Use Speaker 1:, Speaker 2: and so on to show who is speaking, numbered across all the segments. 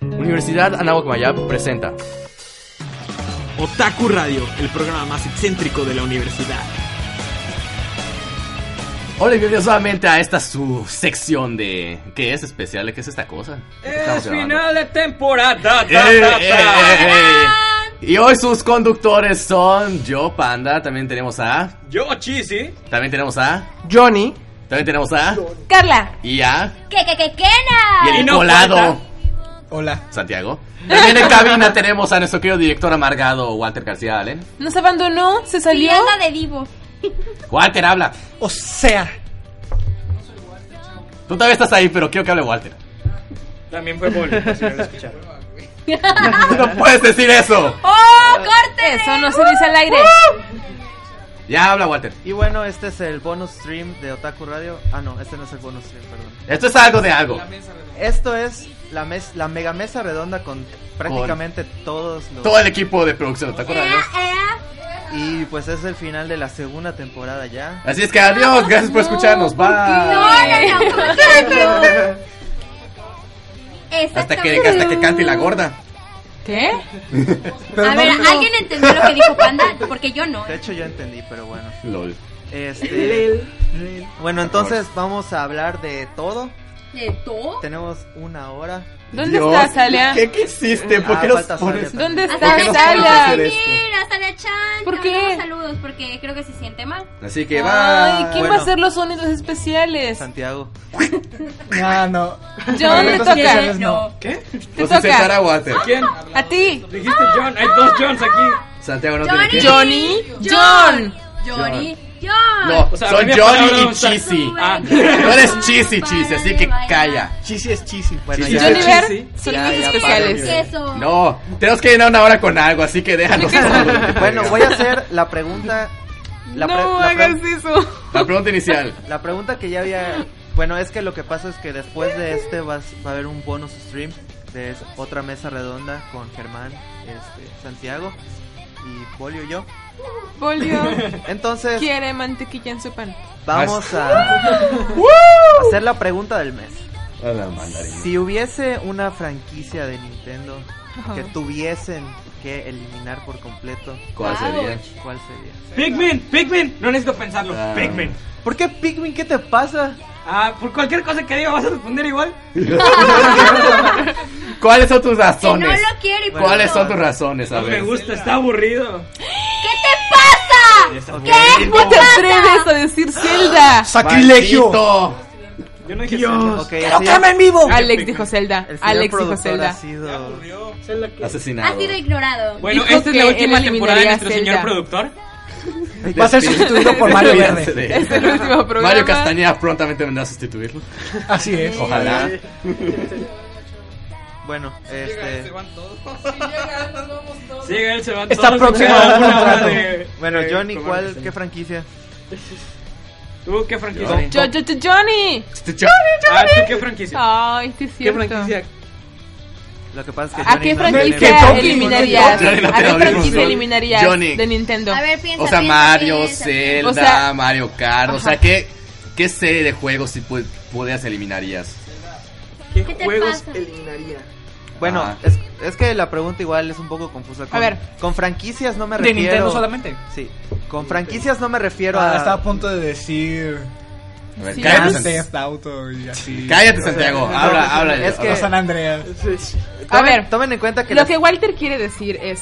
Speaker 1: Universidad Anáhuac Mayab presenta
Speaker 2: Otaku Radio, el programa más excéntrico de la universidad.
Speaker 1: Hola y bienvenidos nuevamente a esta su sección de... ¿Qué es especial? ¿Qué es esta cosa? ¿Qué estamos
Speaker 3: Es
Speaker 1: grabando?
Speaker 3: final de temporada.
Speaker 1: ¡Eh, eh, eh, eh! Y hoy sus conductores son yo, Panda, también tenemos a...
Speaker 3: Yo, Cheesy.
Speaker 1: También tenemos a...
Speaker 4: Johnny,
Speaker 1: También tenemos a...
Speaker 5: Carla.
Speaker 1: Y a...
Speaker 5: ¿Qué, qué, qué,
Speaker 1: Y el
Speaker 3: Y no
Speaker 1: colado.
Speaker 3: falta-
Speaker 4: hola.
Speaker 1: Santiago. También en cabina tenemos a nuestro querido director amargado, Walter García Allen.
Speaker 5: Nos abandonó, se salió. de divo.
Speaker 1: Walter, habla.
Speaker 4: O sea,
Speaker 1: Tú todavía estás ahí, pero quiero que hable Walter.
Speaker 3: También fue boli, por si no lo escucharon.
Speaker 1: ¡No puedes decir eso!
Speaker 5: ¡Oh, corte! ¡Uh! Eso no se dice al aire.
Speaker 1: Ya habla, Walter.
Speaker 6: Y bueno, este es el bonus stream de Otaku Radio. Ah, no, este no es el bonus stream, perdón.
Speaker 1: Esto es algo de algo.
Speaker 6: Esto es la, mes la mega mesa redonda con prácticamente todos los...
Speaker 1: Todo el equipo de producción, ¿te acuerdas?
Speaker 5: Eh,
Speaker 1: no?
Speaker 6: Y pues es el final de la segunda temporada ya.
Speaker 1: Así es que adiós, gracias por escucharnos. Bye.
Speaker 5: no, no,
Speaker 1: Hasta que, hasta que cante la gorda.
Speaker 5: ¿Qué?
Speaker 4: pero
Speaker 7: a
Speaker 4: no
Speaker 7: ver,
Speaker 4: creo-
Speaker 7: ¿alguien entendió lo que dijo Panda? Porque yo no.
Speaker 6: De hecho yo entendí, pero bueno.
Speaker 1: LOL.
Speaker 6: Este... Bueno, entonces vamos a hablar de todo.
Speaker 7: ¿De todo?
Speaker 6: Tenemos una hora.
Speaker 5: ¿Oh? ¿Dónde
Speaker 1: Dios,
Speaker 5: está Salia?
Speaker 1: ¿Qué, qué hiciste? ¿Por
Speaker 6: Ah,
Speaker 1: qué los
Speaker 6: falta
Speaker 1: pones?
Speaker 6: Salia.
Speaker 5: ¿Dónde
Speaker 1: ¿Por
Speaker 5: está
Speaker 1: qué
Speaker 7: Hasta
Speaker 1: no
Speaker 5: Salia?
Speaker 1: hacer
Speaker 7: de
Speaker 1: esto?
Speaker 7: Chan, hasta de Chan.
Speaker 5: ¿Por
Speaker 7: te
Speaker 5: qué?
Speaker 7: mandamos Saludos, porque creo que se siente mal.
Speaker 1: Así que
Speaker 5: Ay,
Speaker 1: va.
Speaker 5: ¿quién va a
Speaker 6: bueno.
Speaker 5: hacer los sonidos especiales?
Speaker 6: Santiago.
Speaker 4: Ah, no.
Speaker 5: John, te
Speaker 4: Entonces,
Speaker 5: toca.
Speaker 4: ¿quieres? No.
Speaker 3: ¿Qué?
Speaker 5: Te
Speaker 1: Entonces
Speaker 5: toca.
Speaker 1: Sara Walter.
Speaker 3: ¿Quién?
Speaker 5: A ti.
Speaker 3: Dijiste John. Hay dos Johns aquí.
Speaker 1: Santiago no tiene que.
Speaker 5: Johnny. John.
Speaker 7: Johnny. John.
Speaker 1: No,
Speaker 3: O sea,
Speaker 1: son
Speaker 3: mi palabra
Speaker 1: Johnny
Speaker 3: no
Speaker 1: y
Speaker 3: está-
Speaker 1: Chisi.
Speaker 3: Ah.
Speaker 1: No eres Chisi, Chisi, así que
Speaker 7: Para de
Speaker 1: calla.
Speaker 6: Chisi es chisi. Bueno,
Speaker 1: Chisi
Speaker 6: ya.
Speaker 1: es
Speaker 5: Johnny Ver.
Speaker 3: sí.
Speaker 5: Sonidos
Speaker 6: Ya, ya,
Speaker 5: especiales.
Speaker 7: Queso.
Speaker 1: No, tenemos que llenar una hora con algo, así que déjanos.
Speaker 6: Bueno, voy a hacer la pregunta... La pre-
Speaker 5: no
Speaker 6: la pre-
Speaker 5: hagas eso.
Speaker 1: La pregunta inicial.
Speaker 6: La pregunta que ya había. Bueno, es que lo que pasa es que después de este vas- va a haber un bonus stream de es- otra mesa redonda con Germán, este, Santiago y Polio y yo.
Speaker 5: Polio
Speaker 6: Entonces,
Speaker 5: quiere mantequilla en su pan.
Speaker 6: vamos a hacer la pregunta del mes.
Speaker 1: A la mandarina.
Speaker 6: Si hubiese una franquicia de Nintendo
Speaker 5: Ajá.
Speaker 6: que tuviesen que eliminar por completo,
Speaker 1: ¿Cuál sería?
Speaker 6: ¿cuál sería?
Speaker 3: Pikmin, Pikmin. No necesito pensarlo.
Speaker 1: Ah.
Speaker 3: Pikmin.
Speaker 6: ¿Por qué Pikmin? ¿Qué te pasa?
Speaker 3: Ah, por cualquier cosa que diga vas a responder igual.
Speaker 1: ¿Cuáles son tus
Speaker 7: Que no
Speaker 1: razones?
Speaker 7: lo quiero y
Speaker 1: ¿Cuáles
Speaker 7: punto.
Speaker 1: son tus razones? A
Speaker 3: No me
Speaker 1: ver.
Speaker 3: gusta, está aburrido.
Speaker 7: ¿Qué te pasa?
Speaker 3: Está
Speaker 7: ¿Qué?
Speaker 5: ¿Cómo te atreves a decir Zelda?
Speaker 4: Sacrilegio.
Speaker 1: Maldito.
Speaker 3: Yo no dije Dios.
Speaker 6: Ok, así es.
Speaker 4: en vivo!
Speaker 5: Alex dijo Zelda.
Speaker 6: El señor
Speaker 5: Alex dijo
Speaker 6: productor
Speaker 5: Zelda.
Speaker 6: ha sido
Speaker 1: Asesinado.
Speaker 7: Ha sido ignorado.
Speaker 3: Bueno,
Speaker 5: Dijo
Speaker 3: esta es la
Speaker 5: que
Speaker 3: última
Speaker 5: él
Speaker 3: temporada
Speaker 5: eliminaría
Speaker 3: de nuestro
Speaker 5: Zelda.
Speaker 3: señor productor.
Speaker 4: Va a ser sustituido por Mario
Speaker 1: Despídanse
Speaker 4: Verde.
Speaker 1: de-
Speaker 5: Es el último programa.
Speaker 1: Mario Castañeda prontamente vendrá a sustituirlo.
Speaker 4: Así es.
Speaker 1: Ojalá.
Speaker 6: Bueno, este.
Speaker 3: Sí, él se va
Speaker 4: Está
Speaker 3: todos,
Speaker 4: próxima
Speaker 3: se va
Speaker 4: a dar un
Speaker 3: una hora
Speaker 4: contrato.
Speaker 3: de-
Speaker 6: Bueno,
Speaker 3: de-
Speaker 6: Johnny,
Speaker 3: comer.
Speaker 6: ¿cuál, ¿qué franquicia?
Speaker 3: ¿Tú qué franquicia?
Speaker 5: Yo, yo, yo, Johnny.
Speaker 1: Este Johnny.
Speaker 3: Ah, ¿tú qué franquicia?
Speaker 5: Ay, sí es cierto.
Speaker 6: Lo que pasa es que
Speaker 5: ¿A qué franquicia
Speaker 4: Johnny,
Speaker 5: eliminarías?
Speaker 1: Johnny, no
Speaker 5: ¿A
Speaker 1: te
Speaker 5: qué
Speaker 1: lo digo,
Speaker 5: franquicia
Speaker 1: Johnny.
Speaker 5: eliminarías
Speaker 1: Johnny.
Speaker 5: de Nintendo?
Speaker 7: A ver, piensa.
Speaker 1: O sea,
Speaker 7: piensa,
Speaker 1: Mario,
Speaker 7: piensa, piensa.
Speaker 1: Zelda,
Speaker 5: O sea-
Speaker 1: Mario Kart. O sea,
Speaker 5: Ajá.
Speaker 1: ¿qué, ¿qué serie de juegos si pu- pudieras eliminarías?
Speaker 3: ¿Qué
Speaker 7: ¿Qué te
Speaker 3: juegos?
Speaker 7: pasa?
Speaker 6: Bueno,
Speaker 1: Ah.
Speaker 6: es, es que la pregunta igual es un poco confusa. Con,
Speaker 5: A ver.
Speaker 6: Con franquicias no me
Speaker 4: De
Speaker 6: refiero.
Speaker 4: Nintendo solamente.
Speaker 6: Sí. Con franquicias no me refiero
Speaker 4: Ah,
Speaker 6: a.
Speaker 4: estaba a punto de decir.
Speaker 1: A ver,
Speaker 5: Sí,
Speaker 1: cállate,
Speaker 4: Grand
Speaker 1: Santiago.
Speaker 4: Theft Auto y así.
Speaker 1: Cállate, Santiago. Habla, habla.
Speaker 6: es
Speaker 1: habla.
Speaker 4: O
Speaker 6: que-
Speaker 4: San Andreas.
Speaker 5: A
Speaker 6: Tomen,
Speaker 5: ver,
Speaker 6: Tomen en cuenta que.
Speaker 5: lo
Speaker 6: las-
Speaker 5: que Walter quiere decir es: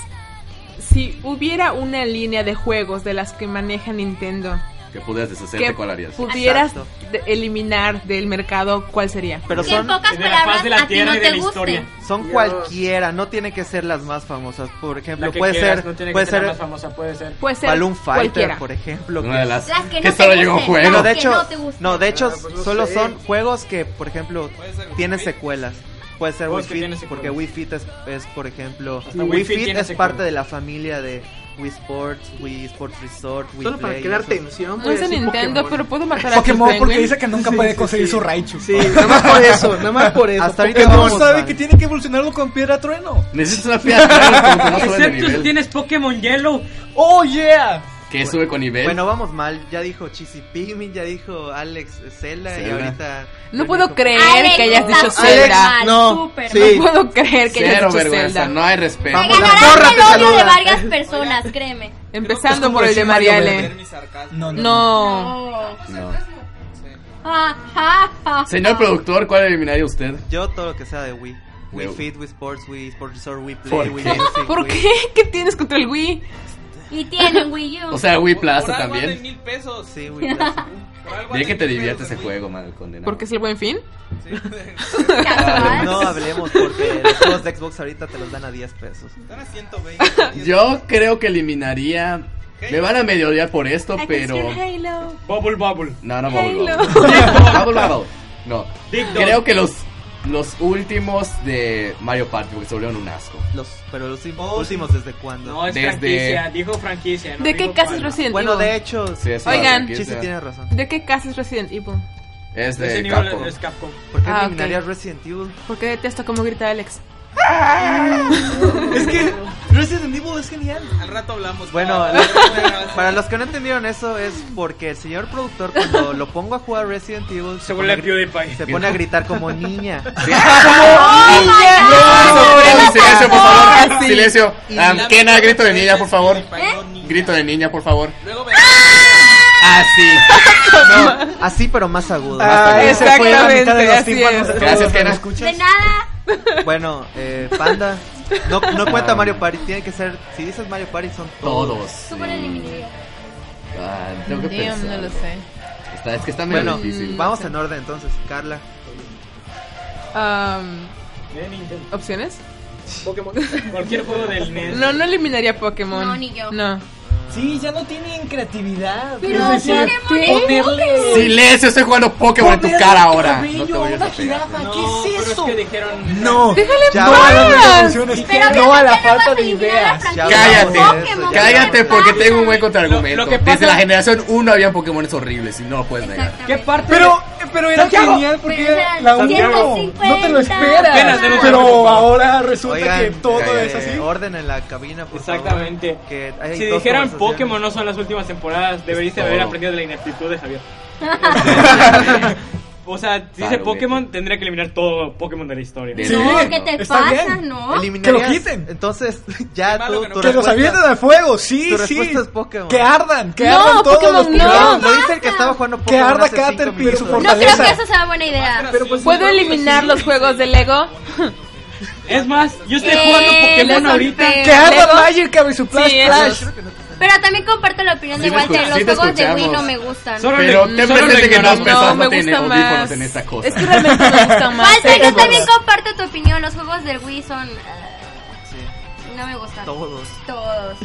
Speaker 5: si hubiera una línea de juegos de las que maneja Nintendo,
Speaker 1: que pudieras deshacerte,
Speaker 5: que
Speaker 1: ¿cuál harías?
Speaker 5: pudieras
Speaker 6: Exacto.
Speaker 5: de- eliminar del mercado, ¿cuál sería?
Speaker 6: Pero
Speaker 7: Que en
Speaker 6: son,
Speaker 7: pocas
Speaker 3: de la faz
Speaker 7: palabras
Speaker 3: de la
Speaker 7: a ti
Speaker 3: tierra
Speaker 7: no
Speaker 3: y de
Speaker 7: te
Speaker 3: la historia.
Speaker 7: gusten.
Speaker 6: son
Speaker 3: Dios.
Speaker 6: cualquiera, no tiene que ser las más famosas. Por ejemplo,
Speaker 3: La que
Speaker 6: puede
Speaker 3: quieras,
Speaker 6: ser,
Speaker 3: no tiene que
Speaker 6: puede
Speaker 3: ser la
Speaker 6: ser
Speaker 3: más famosa, puede ser.
Speaker 5: Puede ser
Speaker 6: Balloon Fighter,
Speaker 5: cualquiera.
Speaker 6: por ejemplo.
Speaker 1: Una de
Speaker 6: que-
Speaker 1: las.
Speaker 7: Las que no
Speaker 1: ¿Qué
Speaker 7: te
Speaker 1: solo llegó
Speaker 7: gusten,
Speaker 1: juego?
Speaker 6: No, de
Speaker 7: que
Speaker 6: hecho,
Speaker 7: no te gusten.
Speaker 6: no, de hecho,
Speaker 2: Ah, pues no
Speaker 6: solo
Speaker 2: sé.
Speaker 6: son juegos que, por ejemplo,
Speaker 2: Puede ser
Speaker 6: tienen
Speaker 2: Wii Fit.
Speaker 6: secuelas. Puede ser
Speaker 3: Juegos
Speaker 6: Wii
Speaker 3: que
Speaker 6: Fit,
Speaker 3: tienen secuelas.
Speaker 6: porque Wii Fit es, es, por ejemplo,
Speaker 3: Hasta
Speaker 6: Wii,
Speaker 3: Wii Fit
Speaker 6: Fit
Speaker 3: tiene
Speaker 6: es
Speaker 3: secuelas.
Speaker 6: parte de la familia de Wii Sports, Wii Sports Resort, Wii
Speaker 2: Solo para
Speaker 6: Play,
Speaker 2: crear
Speaker 6: esos-
Speaker 2: tensión.
Speaker 5: No es de Nintendo, pero puedo matar a
Speaker 4: Pokémon
Speaker 5: tus
Speaker 4: porque
Speaker 5: penguins.
Speaker 4: dice que nunca puede conseguir
Speaker 2: sí,
Speaker 4: su
Speaker 2: sí.
Speaker 4: Raichu.
Speaker 2: Sí, nada más por eso, nada más por eso.
Speaker 6: Hasta ahorita
Speaker 2: Pokémon.
Speaker 4: Pokémon
Speaker 6: vamos,
Speaker 4: sabe
Speaker 6: vale.
Speaker 4: que tiene que evolucionarlo con piedra trueno.
Speaker 1: Necesitas una piedra como que no sube de
Speaker 3: Excepto si
Speaker 1: nivel.
Speaker 3: tienes Pokémon Yellow.
Speaker 4: Oh yeah.
Speaker 1: Que sube con nivel.
Speaker 6: Bueno, vamos mal. Ya dijo Chisi Pigmin, ya dijo Alex Zelda y
Speaker 1: Zelda.
Speaker 6: ahorita.
Speaker 5: No puedo creer
Speaker 7: Alex,
Speaker 5: que hayas dicho
Speaker 7: estás súper
Speaker 5: Zelda.
Speaker 7: mal,
Speaker 2: no,
Speaker 7: súper
Speaker 2: sí.
Speaker 7: mal.
Speaker 5: No puedo creer que hayas
Speaker 1: Cero
Speaker 5: dicho
Speaker 1: vergüenza,
Speaker 5: Zelda.
Speaker 1: no hay respeto.
Speaker 7: Me
Speaker 6: Vamos,
Speaker 7: ganarás
Speaker 2: zorra,
Speaker 7: el odio
Speaker 2: saluda.
Speaker 7: de varias personas, créeme.
Speaker 5: Empezando por el de Mariale.
Speaker 4: No, no.
Speaker 5: No.
Speaker 7: No.
Speaker 1: No.
Speaker 7: Ah, ah, ah,
Speaker 1: Señor
Speaker 7: ah.
Speaker 1: productor, ¿cuál eliminaría usted?
Speaker 6: Yo todo lo que sea de Wii. Wii
Speaker 1: De-
Speaker 6: Fit, Wii Sports, Wii Sports Resort, Wii
Speaker 1: ¿Por
Speaker 6: Play, Wii
Speaker 1: qué?
Speaker 6: Music,
Speaker 5: ¿Por
Speaker 6: Wii-
Speaker 5: qué? ¿Qué tienes contra el Wii?
Speaker 7: Y tienen Wii U.
Speaker 1: O sea, Wii Plaza también.
Speaker 8: mil pesos.
Speaker 6: Sí, Wii Plaza.
Speaker 1: Dile que te divierte ese juego, mal condenado.
Speaker 5: ¿Porque es el buen fin?
Speaker 7: casual.
Speaker 6: No hablemos porque los juegos de Xbox ahorita te los dan a 10 pesos.
Speaker 8: Están a 120.
Speaker 1: Yo creo que eliminaría. Me van a medio odiar por esto,
Speaker 7: I can
Speaker 1: pero.
Speaker 7: see Halo.
Speaker 3: Bubble Bubble.
Speaker 1: No, no, Bubble
Speaker 5: Halo.
Speaker 1: Bubble. Bubble Bubble. No.
Speaker 3: Dig Dog.
Speaker 1: Creo que los. Los últimos de Mario Party, porque se volvieron un asco.
Speaker 6: Los, pero los últimos,
Speaker 8: Oh,
Speaker 6: últimos desde cuándo?
Speaker 3: No, es
Speaker 1: Desde-
Speaker 3: franquicia. Dijo franquicia. no
Speaker 5: ¿De qué
Speaker 3: dijo
Speaker 5: casa es
Speaker 3: cuál.
Speaker 5: Resident
Speaker 6: bueno,
Speaker 5: Evil?
Speaker 6: de hecho,
Speaker 1: Sí, es
Speaker 5: Oigan.
Speaker 1: la
Speaker 6: Chisi
Speaker 1: franquicia.
Speaker 6: tiene razón.
Speaker 5: ¿De qué casa es Resident Evil?
Speaker 1: Es
Speaker 3: Ese
Speaker 1: de
Speaker 3: nivel
Speaker 1: Capcom.
Speaker 3: es Capcom.
Speaker 6: ¿Por qué
Speaker 5: Ah, ok.
Speaker 6: eliminarías Resident Evil?
Speaker 5: ¿Por qué detesto cómo grita Alex?
Speaker 6: Es que Resident Evil es genial.
Speaker 8: Al rato hablamos.
Speaker 6: Bueno,
Speaker 8: Ah,
Speaker 6: Para los que no entendieron eso es porque el señor productor cuando lo pongo a jugar Resident Evil
Speaker 3: Se vuelve
Speaker 6: pone a gri-
Speaker 3: PewDiePie.
Speaker 6: se pone a gritar como niña. Oh
Speaker 8: ¡Oh,
Speaker 1: ¡No! ¡Oh, Silencio, por favor.
Speaker 5: Así.
Speaker 1: Silencio.
Speaker 8: y
Speaker 1: Ah,
Speaker 8: la-
Speaker 1: Kena, grito de niña, por favor.
Speaker 8: No,
Speaker 6: ¿Eh?
Speaker 8: niña.
Speaker 1: Grito de niña, por favor. Ah,
Speaker 8: Luego me-
Speaker 1: Así.
Speaker 6: No, así pero más agudo.
Speaker 4: Ah, ese fue la mitad de los
Speaker 5: así
Speaker 4: tímpanos.
Speaker 5: es.
Speaker 4: de
Speaker 1: Gracias,
Speaker 4: todos,
Speaker 1: Kena.
Speaker 4: ¿me escuchas?
Speaker 7: De nada.
Speaker 6: Bueno, eh, Panda, no, no cuenta Mario Party, tiene que ser, si dices Mario Party son todos.
Speaker 1: Todos.
Speaker 7: Tú por eliminaría.
Speaker 1: Ah, tengo que
Speaker 5: Damn,
Speaker 1: pensar.
Speaker 5: no lo sé.
Speaker 1: Está- es que está medio
Speaker 6: Bueno,
Speaker 1: difícil.
Speaker 6: vamos en orden entonces, Carla.
Speaker 5: Um,
Speaker 3: De Nintendo.
Speaker 5: ¿Opciones?
Speaker 3: Pokémon. Cualquier juego del E NES.
Speaker 5: No, no eliminaría Pokémon.
Speaker 7: No, ni yo.
Speaker 5: No.
Speaker 4: Sí, ya no tienen creatividad.
Speaker 7: Pero
Speaker 4: Es decir,
Speaker 7: Pokémon es
Speaker 4: ponerle-
Speaker 1: Silencio, estoy jugando Pokémon en tu
Speaker 4: ponerle
Speaker 1: cara
Speaker 4: un
Speaker 1: ahora.
Speaker 4: cabello
Speaker 1: No te
Speaker 4: a
Speaker 1: voy a
Speaker 4: una
Speaker 1: pegar.
Speaker 4: jirafa,
Speaker 3: No,
Speaker 4: ¿Qué
Speaker 3: pero
Speaker 4: es eso?
Speaker 3: que dijeron.
Speaker 4: No.
Speaker 5: Déjale
Speaker 6: Ya,
Speaker 4: No a las
Speaker 5: paz.
Speaker 4: resoluciones,
Speaker 7: Pero
Speaker 4: no a
Speaker 7: obviamente no
Speaker 4: la falta
Speaker 7: vas a
Speaker 4: de
Speaker 7: eliminar a
Speaker 4: ideas.
Speaker 7: Frankie.
Speaker 6: Ya
Speaker 1: Cállate,
Speaker 6: hablamos de eso, ya
Speaker 1: cállate
Speaker 7: hablamos.
Speaker 1: porque tengo un buen contraargumento.
Speaker 3: Lo- lo que
Speaker 1: Desde
Speaker 3: pasa-
Speaker 1: la generación 1 había Pokémon horribles y no lo puedes negar.
Speaker 7: Exactamente.
Speaker 3: ¿Qué parte?
Speaker 4: Pero, pero era
Speaker 3: Santiago.
Speaker 4: genial porque
Speaker 7: Pero
Speaker 4: era
Speaker 7: eran
Speaker 4: la única.
Speaker 7: 150.
Speaker 4: No te lo
Speaker 3: Apenas
Speaker 4: esperas.
Speaker 3: de los-
Speaker 4: Pero ahora resulta
Speaker 6: Oigan,
Speaker 4: que todo
Speaker 1: eh,
Speaker 4: es así.
Speaker 6: eh, orden en la cabina, por
Speaker 3: Exactamente.
Speaker 6: favor, que hay
Speaker 3: Si
Speaker 6: dos
Speaker 3: dijeran
Speaker 6: conversaciones.
Speaker 3: Pokémon no son las últimas temporadas, deberías haber
Speaker 1: todo.
Speaker 3: aprendido de la ineptitud de Javier. o sea, si dice
Speaker 1: Claro,
Speaker 3: Pokémon, tendría que eliminar todo Pokémon de la historia.
Speaker 1: De-
Speaker 7: No, ¿qué te
Speaker 4: está
Speaker 7: pasa?
Speaker 4: bien.
Speaker 7: No.
Speaker 6: Eliminarías-
Speaker 4: Que lo quiten.
Speaker 6: Entonces, ya tú,
Speaker 8: malo que no-
Speaker 6: tu
Speaker 4: Que los
Speaker 6: respuesta-
Speaker 4: avienten al fuego, sí,
Speaker 6: tu
Speaker 4: sí.
Speaker 6: respuesta es Pokémon.
Speaker 4: Que ardan, que
Speaker 5: No,
Speaker 4: ardan todos
Speaker 5: Pokémon
Speaker 4: los
Speaker 5: no.
Speaker 6: Lo-
Speaker 4: Pokémon.
Speaker 6: Lo dice el que estaba jugando Pokémon.
Speaker 4: arda
Speaker 6: hace cinco
Speaker 4: Caterpillar
Speaker 6: minutos.
Speaker 4: su forma.
Speaker 7: No creo que
Speaker 4: Fortaleza.
Speaker 7: eso sea buena idea.
Speaker 6: pues
Speaker 3: pues
Speaker 5: ¿Puedo eliminar los juegos de Lego?
Speaker 3: Es más, yo estoy
Speaker 7: Eh,
Speaker 3: jugando
Speaker 5: los
Speaker 3: Pokémon ahorita.
Speaker 5: sorteos.
Speaker 4: Que
Speaker 5: Lego.
Speaker 4: arda Magic, cabrón, su Flash
Speaker 5: Sí,
Speaker 4: Flash.
Speaker 5: esos.
Speaker 7: Pero también comparto la opinión
Speaker 1: Sí
Speaker 7: de
Speaker 1: te
Speaker 7: Walter.
Speaker 1: escuch-
Speaker 7: Los
Speaker 1: sí te
Speaker 7: juegos de Wii
Speaker 1: escuchamos.
Speaker 7: no me gustan.
Speaker 3: Solo
Speaker 1: Pero ten
Speaker 3: lo- solo lo
Speaker 1: presente que
Speaker 3: ignoramos.
Speaker 1: las personas
Speaker 5: me
Speaker 1: no tienen
Speaker 5: gusta
Speaker 1: audífonos
Speaker 5: más.
Speaker 1: en esta cosa.
Speaker 5: Es que realmente me gustan más.
Speaker 7: Walter, yo
Speaker 5: esas
Speaker 7: también
Speaker 5: cosas.
Speaker 7: comparto tu opinión. Los juegos del Wii son. eh,
Speaker 6: Sí,
Speaker 7: no me gustan.
Speaker 6: todos.
Speaker 7: Todos.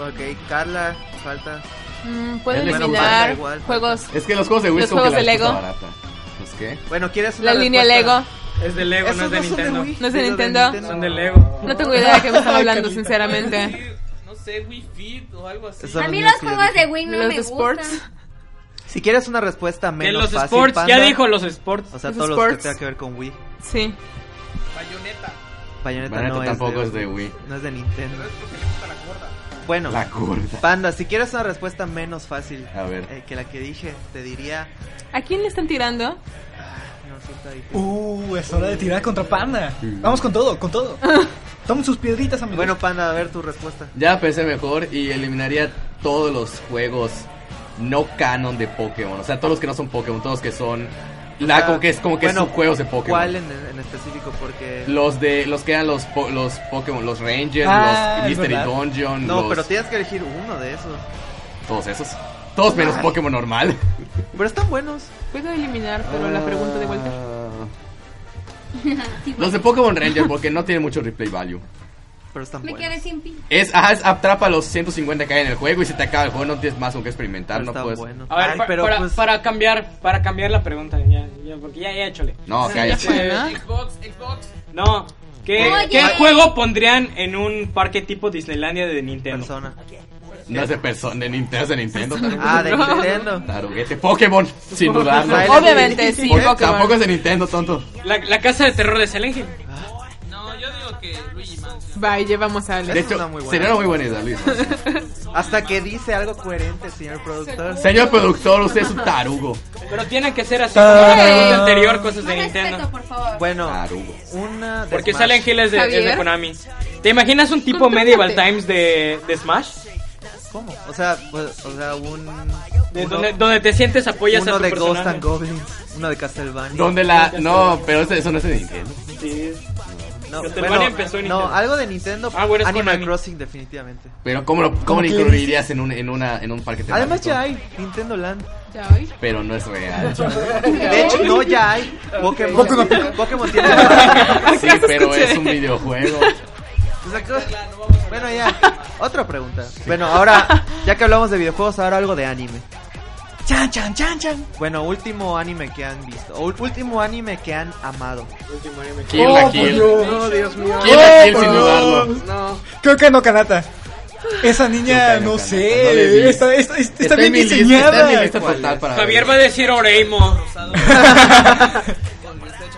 Speaker 6: Ok, Carla, falta.
Speaker 5: Mm, Puedo
Speaker 1: Bueno,
Speaker 6: banda
Speaker 5: eliminar
Speaker 6: igual.
Speaker 5: juegos.
Speaker 1: Es que los juegos de Wii
Speaker 5: Los
Speaker 1: son
Speaker 5: juegos
Speaker 1: que la
Speaker 5: de Lego.
Speaker 1: respuesta barata. ¿Los qué?
Speaker 6: Bueno, ¿quieres una
Speaker 5: La línea
Speaker 6: respuesta?
Speaker 5: Lego.
Speaker 3: Es de Lego, no
Speaker 6: Esos
Speaker 3: es de
Speaker 6: son de
Speaker 3: Nintendo.
Speaker 6: Wii,
Speaker 5: No es de
Speaker 6: esos
Speaker 5: Nintendo.
Speaker 3: Son de Lego.
Speaker 5: No tengo idea de qué me están hablando, sinceramente.
Speaker 8: No sé, Wii Fit o algo así.
Speaker 6: Esos son
Speaker 7: A mí
Speaker 6: míos
Speaker 7: los
Speaker 6: que yo
Speaker 7: juegos
Speaker 6: dije.
Speaker 7: de Wii no
Speaker 5: Los
Speaker 7: me
Speaker 5: de sports.
Speaker 7: gustan.
Speaker 6: Si quieres una respuesta
Speaker 3: De
Speaker 6: menos
Speaker 3: los
Speaker 6: fácil,
Speaker 3: sports,
Speaker 6: Panda,
Speaker 3: ya dijo los sports.
Speaker 6: O sea,
Speaker 5: Los
Speaker 6: todos los
Speaker 5: sports.
Speaker 6: que tengan que ver con Wii.
Speaker 5: Sí.
Speaker 8: Bayoneta.
Speaker 6: Bayonetta
Speaker 1: Bayonetta
Speaker 6: no
Speaker 1: tampoco
Speaker 6: es
Speaker 1: es de Wii.
Speaker 6: No es de Nintendo.
Speaker 8: Porque le gusta la gorda.
Speaker 6: Bueno,
Speaker 1: La gorda.
Speaker 6: Panda, si quieres una respuesta menos fácil
Speaker 1: A ver.
Speaker 6: eh, que la que dije, te diría.
Speaker 5: ¿A quién le están tirando?
Speaker 6: No sé, está difícil.
Speaker 4: Uh, es hora de tirar contra Panda.
Speaker 1: Mm.
Speaker 4: Vamos con todo, con todo. Tomen sus piedritas, amigos.
Speaker 6: Bueno, Panda, a ver tu respuesta.
Speaker 1: Ya pensé mejor y eliminaría todos los juegos no canon de Pokémon. O sea, todos los que no son Pokémon, todos los que son. La,
Speaker 6: Ah,
Speaker 1: como que es como que
Speaker 6: bueno,
Speaker 1: son juegos de Pokémon.
Speaker 6: ¿Cuál en, en específico? Porque.
Speaker 1: Los de los que eran los po- los Pokémon, los Rangers,
Speaker 4: Ah,
Speaker 1: los
Speaker 4: es
Speaker 1: Mystery
Speaker 4: verdad.
Speaker 1: Dungeon,
Speaker 6: No,
Speaker 1: los-
Speaker 6: pero tienes que elegir uno de esos.
Speaker 1: todos esos. Todos menos Pokémon normal.
Speaker 6: Pero están buenos.
Speaker 5: Puedo eliminar, pero la pregunta de Walter.
Speaker 1: Ah. Los de Pokémon Ranger, porque no tienen mucho replay value.
Speaker 6: Pero están
Speaker 7: Me
Speaker 6: buenos.
Speaker 7: quedé sin pin.
Speaker 1: Es, ajá, es atrapa los 150 que hay en el juego y se te acaba el juego, no tienes más con qué experimentar,
Speaker 6: Pero
Speaker 1: no
Speaker 6: están
Speaker 1: puedes.
Speaker 6: buenos.
Speaker 3: A ver,
Speaker 6: Ay,
Speaker 3: pa-
Speaker 6: pero
Speaker 3: para,
Speaker 6: pues,
Speaker 3: para cambiar, para cambiar la pregunta, ya, ya, porque ya, ya, chole.
Speaker 1: No,
Speaker 5: Sí,
Speaker 1: cállate.
Speaker 5: Pues, ya fue, ¿no?
Speaker 8: Xbox, Xbox.
Speaker 3: No, ¿qué,
Speaker 7: Oye.
Speaker 3: ¿qué juego pondrían en un parque tipo Disneylandia de Nintendo?
Speaker 6: persona.
Speaker 1: No es de persona, de Nintendo, es de Nintendo.
Speaker 6: Ah, de Nintendo.
Speaker 1: Taruguete, este Pokémon, sin dudarlo.
Speaker 6: Silent
Speaker 5: Obviamente, sí,
Speaker 1: Porque
Speaker 5: Pokémon.
Speaker 1: Tampoco es de Nintendo, tonto.
Speaker 3: La, la casa de terror de Silent Hill.
Speaker 8: No, yo digo que Luigi Mansion.
Speaker 5: Bye, llevamos a
Speaker 1: De
Speaker 5: Alex.
Speaker 6: Es
Speaker 1: hecho,
Speaker 6: una muy buena.
Speaker 1: sería una muy buena idea, Luis.
Speaker 6: Hasta que dice algo coherente, señor productor.
Speaker 1: Señor productor, usted es un tarugo.
Speaker 3: Pero tienen que ser así
Speaker 5: Ah.
Speaker 3: como la pregunta anterior, cosas de
Speaker 7: Más
Speaker 3: Nintendo.
Speaker 7: respeto, por favor.
Speaker 6: Bueno,
Speaker 1: Tarugo.
Speaker 6: una de
Speaker 3: Porque
Speaker 6: Smash.
Speaker 3: Silent Hill es de, es de
Speaker 5: Javier.
Speaker 3: Konami. ¿Te imaginas un tipo
Speaker 5: Contrólate.
Speaker 3: Medieval Times de, de Smash?
Speaker 6: ¿Cómo? O sea, pues, o sea, un
Speaker 3: De
Speaker 6: uno-
Speaker 3: donde, donde te sientes apoyas
Speaker 6: uno
Speaker 3: a tu
Speaker 6: de Ghost
Speaker 3: personaje.
Speaker 6: and Goblins, uno de Castlevania.
Speaker 1: ¿Dónde la.? No, pero ese- eso no es de Nintendo.
Speaker 3: Sí.
Speaker 6: No,
Speaker 3: Castlevania
Speaker 6: bueno,
Speaker 3: empezó en
Speaker 6: no,
Speaker 3: Nintendo.
Speaker 6: algo de Nintendo,
Speaker 3: Ah, bueno, es
Speaker 6: Animal
Speaker 3: Konami.
Speaker 6: Crossing definitivamente.
Speaker 1: Pero ¿cómo lo, cómo lo incluirías en un, en, una, en un parque temático?
Speaker 6: Además ya hay Nintendo Land.
Speaker 5: Ya hoy.
Speaker 1: Pero no es real.
Speaker 6: De hecho, no, ya hay Pokémon.
Speaker 4: Pokémon.
Speaker 6: Pokémon tiene.
Speaker 1: Sí, pero es un videojuego.
Speaker 6: O sea, que- Pues Bueno, ya. Otra pregunta. Bueno, ahora, ya que hablamos de videojuegos, ahora algo de anime.
Speaker 4: Chan, chan, chan, chan.
Speaker 6: Bueno, último anime que han visto. O ul- último anime que han amado.
Speaker 1: Kill la kill.
Speaker 3: Oh,
Speaker 2: No, Dios mío.
Speaker 1: Kill la kill
Speaker 4: Oh,
Speaker 1: sin
Speaker 4: por
Speaker 1: dudarlo. Este
Speaker 4: Dios.
Speaker 2: No.
Speaker 4: Creo que no, Kanata. Esa niña,
Speaker 1: Creo que no,
Speaker 4: no
Speaker 1: Kanata, no le
Speaker 4: sé.
Speaker 1: vi.
Speaker 4: Está, está- está
Speaker 1: Está en
Speaker 4: bien
Speaker 1: mi lista-
Speaker 4: diseñada.
Speaker 1: Está en mi lista
Speaker 3: pues.
Speaker 1: total para.
Speaker 3: Javier va a decir Oreimo.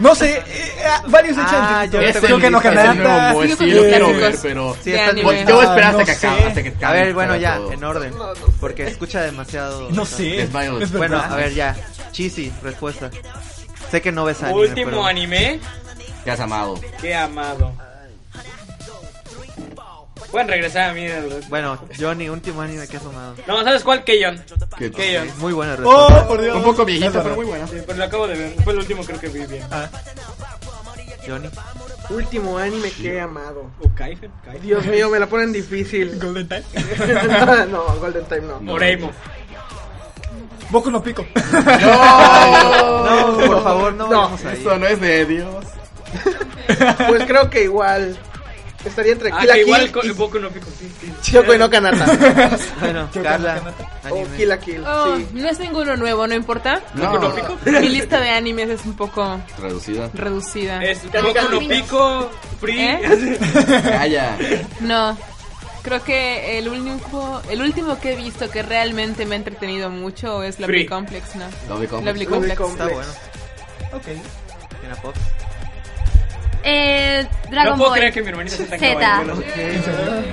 Speaker 4: No sé. eh, ah, varios echan.
Speaker 6: Ah, yo
Speaker 1: Es
Speaker 6: te-
Speaker 4: creo
Speaker 1: el,
Speaker 4: que no,
Speaker 1: es el nuevo
Speaker 4: Kanata.
Speaker 1: Moe,
Speaker 5: Sigue
Speaker 1: sí,
Speaker 5: con
Speaker 1: lo
Speaker 5: los
Speaker 1: quiero ver,
Speaker 5: clásicos.
Speaker 1: pero...
Speaker 6: Sí,
Speaker 5: De
Speaker 6: está-
Speaker 5: anime.
Speaker 1: Voy- yo voy a esperar hasta
Speaker 4: Ah,
Speaker 1: que
Speaker 4: no
Speaker 1: acabe,
Speaker 4: sé.
Speaker 1: hasta que
Speaker 6: A
Speaker 1: acabe
Speaker 6: ver, bueno,
Speaker 1: para
Speaker 6: ya,
Speaker 1: todo.
Speaker 6: en orden. Porque escucha demasiado.
Speaker 4: No sé.
Speaker 1: Es Mario.
Speaker 4: Es
Speaker 6: Bueno,
Speaker 4: verdad.
Speaker 6: a ver, ya. Cheesy, respuesta. Sé que no ves anime.
Speaker 3: Último
Speaker 6: pero-
Speaker 3: anime
Speaker 1: Te has amado.
Speaker 3: que he amado. Pueden regresar a mí. ¿verdad?
Speaker 6: Bueno, Johnny, último anime que has amado.
Speaker 3: No, ¿sabes cuál? Keyon.
Speaker 1: Que-
Speaker 3: Keyon.
Speaker 6: Muy buena respuesta.
Speaker 4: Oh, por Dios.
Speaker 1: Un poco
Speaker 4: Es
Speaker 1: viejito,
Speaker 4: verdad.
Speaker 1: pero muy bueno.
Speaker 3: Sí, pero lo acabo de ver. Fue el último creo que vi bien.
Speaker 6: Johnny.
Speaker 2: Último anime que he amado.
Speaker 3: O Kaifen. Kaifen.
Speaker 2: Dios mío, me la ponen difícil.
Speaker 4: Golden Time.
Speaker 2: no, Golden Time no.
Speaker 3: Oreimo.
Speaker 4: Boku no pico.
Speaker 6: No, por favor, no,
Speaker 2: No,
Speaker 6: vamos ahí.
Speaker 1: Eso no es de Dios.
Speaker 2: Pues creo que igual. Estaría entre
Speaker 3: Ah,
Speaker 2: Kill la
Speaker 3: que igual
Speaker 2: Kill
Speaker 3: con el Boku no Pico. sí, sí.
Speaker 2: y Kyoko y no Kanata.
Speaker 6: Bueno,
Speaker 4: Yo
Speaker 6: Carla.
Speaker 4: creo que
Speaker 2: o
Speaker 6: anime.
Speaker 2: Kill la Kill,
Speaker 5: Oh,
Speaker 2: sí.
Speaker 5: No es ninguno nuevo, no importa.
Speaker 1: No,
Speaker 5: Mi lista de animes es un poco
Speaker 1: traducida.
Speaker 5: reducida.
Speaker 3: Es Boku no Pico, Free.
Speaker 5: ¿Eh?
Speaker 1: Calla.
Speaker 5: No. Creo que el único, el último que he visto que realmente me ha entretenido mucho es Lovely
Speaker 3: Free.
Speaker 5: Complex, ¿no?
Speaker 1: Lovely Complex.
Speaker 5: Lovely
Speaker 2: Lovely
Speaker 5: Complex.
Speaker 2: Complex.
Speaker 6: Está bueno.
Speaker 4: Ok.
Speaker 6: Tiene pop.
Speaker 7: Eh,
Speaker 3: No
Speaker 7: Dragon
Speaker 3: puedo
Speaker 7: Ball.
Speaker 3: creer que mi hermanita se está
Speaker 7: Zeta.
Speaker 3: acabando.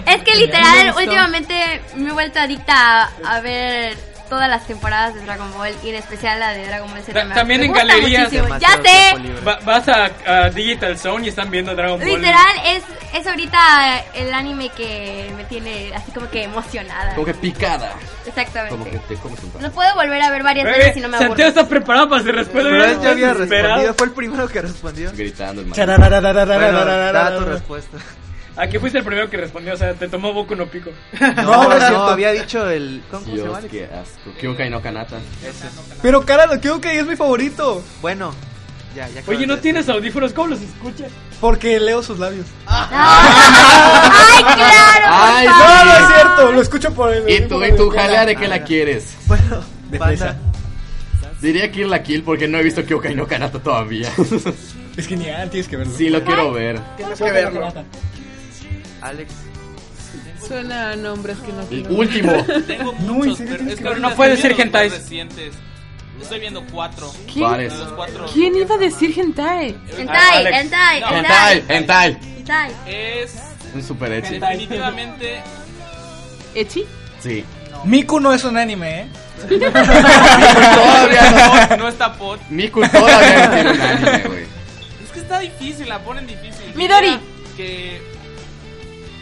Speaker 7: Es que literal, últimamente me he vuelto adicta a, a ver todas las temporadas de Dragon Ball y en especial la de Dragon Ball
Speaker 3: Ta-
Speaker 7: Z. Me-
Speaker 3: también
Speaker 7: me
Speaker 3: en
Speaker 7: gusta
Speaker 3: galerías.
Speaker 7: muchísimo.
Speaker 6: Demasiado
Speaker 7: Ya
Speaker 6: tiempo
Speaker 7: sé,
Speaker 6: libre.
Speaker 3: Va- vas a, a Digital Zone y están viendo Dragon Ball.
Speaker 7: literal, es, es ahorita el anime que me tiene así como que emocionada.
Speaker 1: Como que picada. Como que
Speaker 7: Exactamente.
Speaker 1: te comes un
Speaker 7: Lo
Speaker 1: pan.
Speaker 7: puedo volver a ver varias
Speaker 3: Bebé,
Speaker 7: veces si no me
Speaker 3: Santiago
Speaker 7: aburro.
Speaker 3: está preparado para hacer respuesta.
Speaker 6: Pero él ya había
Speaker 3: Desesperado.
Speaker 6: respondido. Fue el primero que respondió.
Speaker 1: Gritando el man.
Speaker 6: Bueno, da tu
Speaker 4: No,
Speaker 6: respuesta.
Speaker 3: Aquí fuiste el primero Ah, que respondió, o sea, te tomó Boku no Pico.
Speaker 6: No,
Speaker 4: no es
Speaker 6: no,
Speaker 4: cierto.
Speaker 6: había dicho el. ¿Cómo se llama?
Speaker 1: Dios, qué asco. Kyokai no Kanata.
Speaker 4: Pero cara, lo creo que es mi favorito.
Speaker 6: Bueno, ya, ya. acabas
Speaker 3: Oye, ¿no
Speaker 6: de-
Speaker 3: tienes audífonos? ¿Cómo los escuchas?
Speaker 4: Porque leo sus labios.
Speaker 7: ¡Ay, claro!
Speaker 1: Ay,
Speaker 7: por
Speaker 4: No,
Speaker 7: favor!
Speaker 4: no es cierto. Lo escucho por el. Ah,
Speaker 1: Y tú, y tú, jalea de que
Speaker 6: Ah,
Speaker 1: la quieres.
Speaker 6: Bueno,
Speaker 4: De
Speaker 6: banda.
Speaker 1: Diría Kill la Kill porque no he visto Kyokai no Kanata todavía.
Speaker 4: Es genial, tienes que verlo.
Speaker 1: Sí, lo quiero ver.
Speaker 2: Tienes que verlo.
Speaker 6: Alex.
Speaker 5: Suena a nombres que no
Speaker 1: El
Speaker 5: quiero.
Speaker 1: último.
Speaker 8: Tengo
Speaker 4: No,
Speaker 8: muchos, pero
Speaker 4: en serio,
Speaker 8: es
Speaker 4: tienes que
Speaker 8: que
Speaker 3: ver.
Speaker 8: ahorita
Speaker 3: No puede
Speaker 8: estoy
Speaker 3: ser
Speaker 8: viendo los
Speaker 3: hentais.
Speaker 8: más recientes. Estoy viendo cuatro.
Speaker 5: ¿Quién?
Speaker 1: Pares.
Speaker 8: Los cuatro.
Speaker 5: ¿Quién iba a decir hentai?
Speaker 7: Hentai,
Speaker 1: Alex.
Speaker 7: hentai,
Speaker 1: Hentai,
Speaker 7: hentai,
Speaker 1: hentai.
Speaker 7: hentai.
Speaker 8: Es
Speaker 1: Un super ecchi.
Speaker 8: definitivamente
Speaker 5: ¿Echi?
Speaker 1: Sí.
Speaker 4: Miku no es un anime, ¿eh?
Speaker 1: Todavía
Speaker 8: no, no está pot.
Speaker 1: no. Miku todavía no tiene un anime, güey.
Speaker 8: Es que está difícil, la ponen difícil.
Speaker 5: Midori.
Speaker 8: Diría Que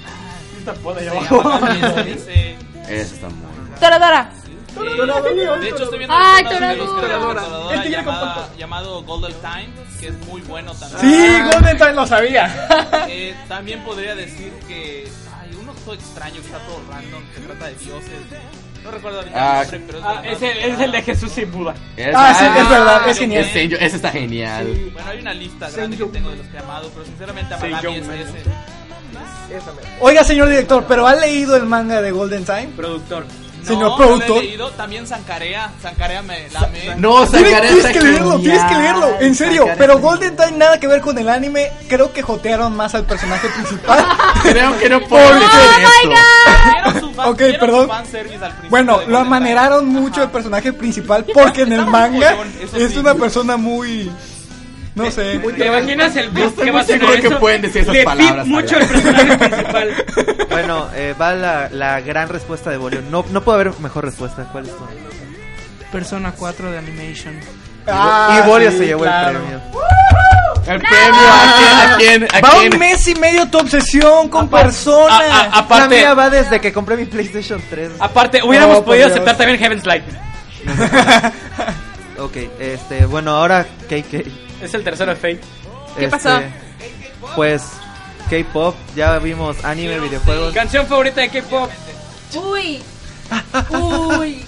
Speaker 3: Ah, Esta poda
Speaker 8: se
Speaker 3: ya
Speaker 8: llama Midori, se-
Speaker 1: Eso está muy bueno.
Speaker 5: Toradora.
Speaker 8: De hecho, estoy viendo
Speaker 7: Ay,
Speaker 8: los de los
Speaker 7: Toradora.
Speaker 8: creadores de
Speaker 3: Este
Speaker 4: Él te quiere
Speaker 8: llamada,
Speaker 4: compartir.
Speaker 8: llamado Golden Time, que es muy bueno también.
Speaker 4: Sí, Golden Time lo sabía.
Speaker 8: Eh, también podría decir que hay uno todo extraño que está todo random, que trata de dioses. No recuerdo ahorita
Speaker 1: Ah,
Speaker 8: el nombre, pero es,
Speaker 3: Ah,
Speaker 8: verdad.
Speaker 3: es, el, es el de Jesús y Buda.
Speaker 1: Es-
Speaker 4: Ah, sí,
Speaker 8: es verdad, es
Speaker 4: genial.
Speaker 1: Ese, ese está genial.
Speaker 8: Bueno, hay una lista grande que tengo de los que he amado, pero sinceramente
Speaker 3: Sí,
Speaker 8: Amagami
Speaker 3: yo
Speaker 8: es
Speaker 3: me-
Speaker 8: ese.
Speaker 2: Esa mera.
Speaker 4: Oiga, señor director, ¿pero ha leído el manga de Golden Time?
Speaker 3: Productor.
Speaker 8: No,
Speaker 4: Señor
Speaker 8: no
Speaker 4: productor.
Speaker 8: lo he leído. También Zancarea. Zancarea me la amé.
Speaker 1: No,
Speaker 4: Tienes,
Speaker 1: Sakara
Speaker 4: tienes
Speaker 1: está
Speaker 4: que leerlo, tienes que
Speaker 1: genial.
Speaker 4: leerlo, en serio.
Speaker 1: Sakara
Speaker 4: Pero
Speaker 1: está
Speaker 4: Golden Time nada que ver con el anime. Creo que jotearon más al personaje principal.
Speaker 1: Creo que no puedo leer esto.
Speaker 8: Dieron su fan-
Speaker 4: Ok,
Speaker 8: dieron su
Speaker 4: perdón.
Speaker 8: fanservice al principio
Speaker 4: Bueno,
Speaker 8: de
Speaker 4: lo
Speaker 8: Golden
Speaker 4: amaneraron mucho el personaje principal porque en el
Speaker 8: Está
Speaker 4: manga
Speaker 8: muy follón, eso
Speaker 4: es
Speaker 8: sí.
Speaker 4: una persona muy... No sé.
Speaker 3: ¿Te imaginas el beat
Speaker 1: estoy muy
Speaker 3: que va a sonar
Speaker 1: seguro que
Speaker 3: eso?
Speaker 1: pueden decir esas
Speaker 3: Le
Speaker 1: palabras,
Speaker 3: pip mucho el
Speaker 1: Alan.
Speaker 3: personaje principal.
Speaker 6: Bueno, eh, va la, la gran respuesta de Bolio. No, no puede haber mejor respuesta. ¿Cuál es tu?
Speaker 9: Persona 4 de Animation.
Speaker 4: Ah,
Speaker 6: y Bolio
Speaker 4: sí,
Speaker 6: se llevó el
Speaker 4: claro.
Speaker 6: premio.
Speaker 1: El premio a quien, a quien, a
Speaker 4: Va
Speaker 1: quien-
Speaker 4: un mes y medio tu obsesión con
Speaker 8: Apar-
Speaker 4: personas.
Speaker 3: a- a-
Speaker 6: La
Speaker 3: aparte,
Speaker 6: mía va desde que compré mi PlayStation 3.
Speaker 3: aparte, hubiéramos
Speaker 4: No, por
Speaker 3: podido
Speaker 4: Dios.
Speaker 3: aceptar también Heaven's Light.
Speaker 6: Ok, este, bueno, ahora KK.
Speaker 3: Es el tercero de Fate.
Speaker 5: ¿Qué pasó?
Speaker 6: Este, Pues K-pop, ya vimos anime, videojuegos.
Speaker 3: Canción favorita de K-pop.
Speaker 7: Uy. Uy.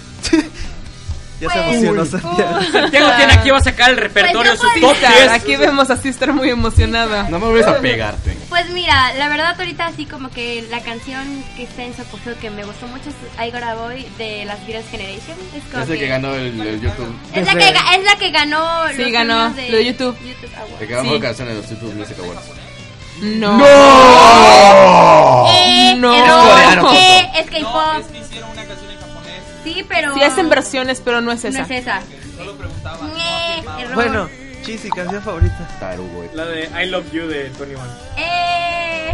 Speaker 6: Ya
Speaker 5: Pues,
Speaker 6: se emocionó Santiago.
Speaker 3: Santiago tiene aquí va a sacar el repertorio,
Speaker 7: Pues
Speaker 3: su
Speaker 7: no
Speaker 3: top
Speaker 7: puede
Speaker 3: 10.
Speaker 5: Aquí vemos a Sister muy emocionada.
Speaker 1: No me vuelves a pegarte.
Speaker 7: Pues mira, la verdad ahorita así como que la canción que está en Sokojo que me gustó mucho es I Gotta Boy de las Beatles Generation. Es como
Speaker 1: Es el que ganó el, el YouTube.
Speaker 7: Es la, que,
Speaker 6: Desde-
Speaker 7: ga- es la que ganó
Speaker 5: Sí,
Speaker 7: los
Speaker 5: ganó,
Speaker 7: premios de
Speaker 5: lo de YouTube.
Speaker 7: Awards.
Speaker 1: El que ganó
Speaker 5: Sí.
Speaker 1: canciones de los YouTube Music Awards.
Speaker 5: No.
Speaker 7: Eh,
Speaker 5: No.
Speaker 7: error,
Speaker 1: Oh, Coreano.
Speaker 7: eh, es
Speaker 8: No, es
Speaker 7: K-pop.
Speaker 8: que hicieron una canción en japonés.
Speaker 7: Sí, pero.
Speaker 5: Sí hacen versiones, pero no es
Speaker 7: No
Speaker 5: esa.
Speaker 7: es esa.
Speaker 8: No lo preguntaba. no
Speaker 7: Eh,
Speaker 8: afirmaba.
Speaker 7: error.
Speaker 6: Bueno, Chisi, canción favorita.
Speaker 1: Tarugo. eh.
Speaker 3: La de I Love You de Tony One.
Speaker 7: Eh,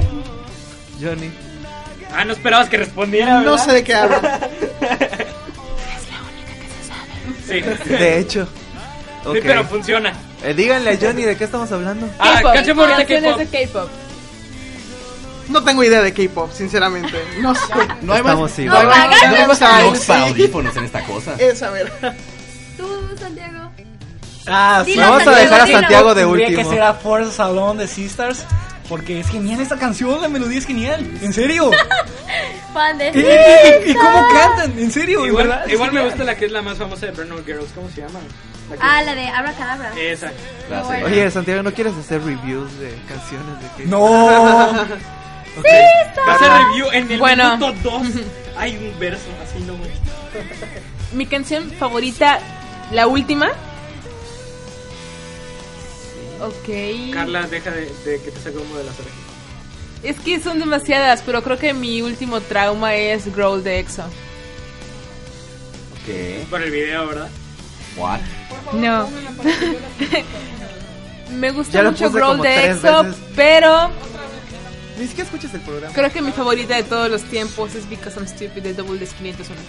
Speaker 6: Johnny.
Speaker 3: Ah, no esperabas que respondiera.
Speaker 2: No
Speaker 3: ¿verdad?
Speaker 2: sé de qué hablan.
Speaker 3: Sí, sí,
Speaker 6: De hecho. Ok.
Speaker 3: pero funciona.
Speaker 6: Eh, díganle a Johnny de qué estamos hablando.
Speaker 3: Ah,
Speaker 5: K-pop.
Speaker 3: canción favorita de
Speaker 5: Canciones
Speaker 3: K-pop.
Speaker 5: de K-pop.
Speaker 2: No tengo idea de K-pop, sinceramente. No sé.
Speaker 1: No hay
Speaker 6: Estamos
Speaker 1: más.
Speaker 6: igual.
Speaker 1: No hay más. No hay más
Speaker 2: Ay,
Speaker 1: box para
Speaker 2: sí.
Speaker 1: audífonos en esta cosa.
Speaker 2: Esa mera.
Speaker 7: tú, Santiago.
Speaker 4: Ah,
Speaker 7: Dilo,
Speaker 6: Vamos a
Speaker 7: Santiago,
Speaker 6: dejar a
Speaker 7: dilo.
Speaker 6: Santiago de
Speaker 4: Tendría que
Speaker 6: último.
Speaker 4: ser a Forza Salón de Sisters. Porque es genial esta canción, la melodía es genial. En serio.
Speaker 7: Fan de
Speaker 4: ¿Y, y- y- y cómo cantan? En serio, de
Speaker 3: Igual,
Speaker 4: ¿verdad?
Speaker 3: igual me gusta la que es la más famosa de Burnout Girls. ¿Cómo se llama? La que-
Speaker 7: Ah, la de Abracadabra.
Speaker 3: Esa.
Speaker 1: La
Speaker 7: Bueno.
Speaker 1: señora.
Speaker 6: Oye, Santiago, ¿no quieres hacer reviews de canciones de K-pop?
Speaker 4: No.
Speaker 3: Va a hacer review en el
Speaker 5: Bueno.
Speaker 3: minuto 2. Hay un verso así, no güey.
Speaker 5: Mi canción favorita, la última. Ok.
Speaker 3: Carla, deja de, de que te saque humo de las orejas.
Speaker 5: Es que son demasiadas, pero creo que mi último trauma es Growl de EXO.
Speaker 1: ¿Qué?
Speaker 3: Por el video, ¿verdad?
Speaker 1: What?
Speaker 5: No. Me gusta
Speaker 6: Ya lo
Speaker 5: mucho
Speaker 6: puse
Speaker 5: Growl
Speaker 6: como
Speaker 5: de
Speaker 6: tres
Speaker 5: EXO,
Speaker 6: veces.
Speaker 5: pero
Speaker 6: Ni siquiera escuchas el programa.
Speaker 5: creo que mi favorita de todos los tiempos es Because I'm Stupid de Double Dash 501.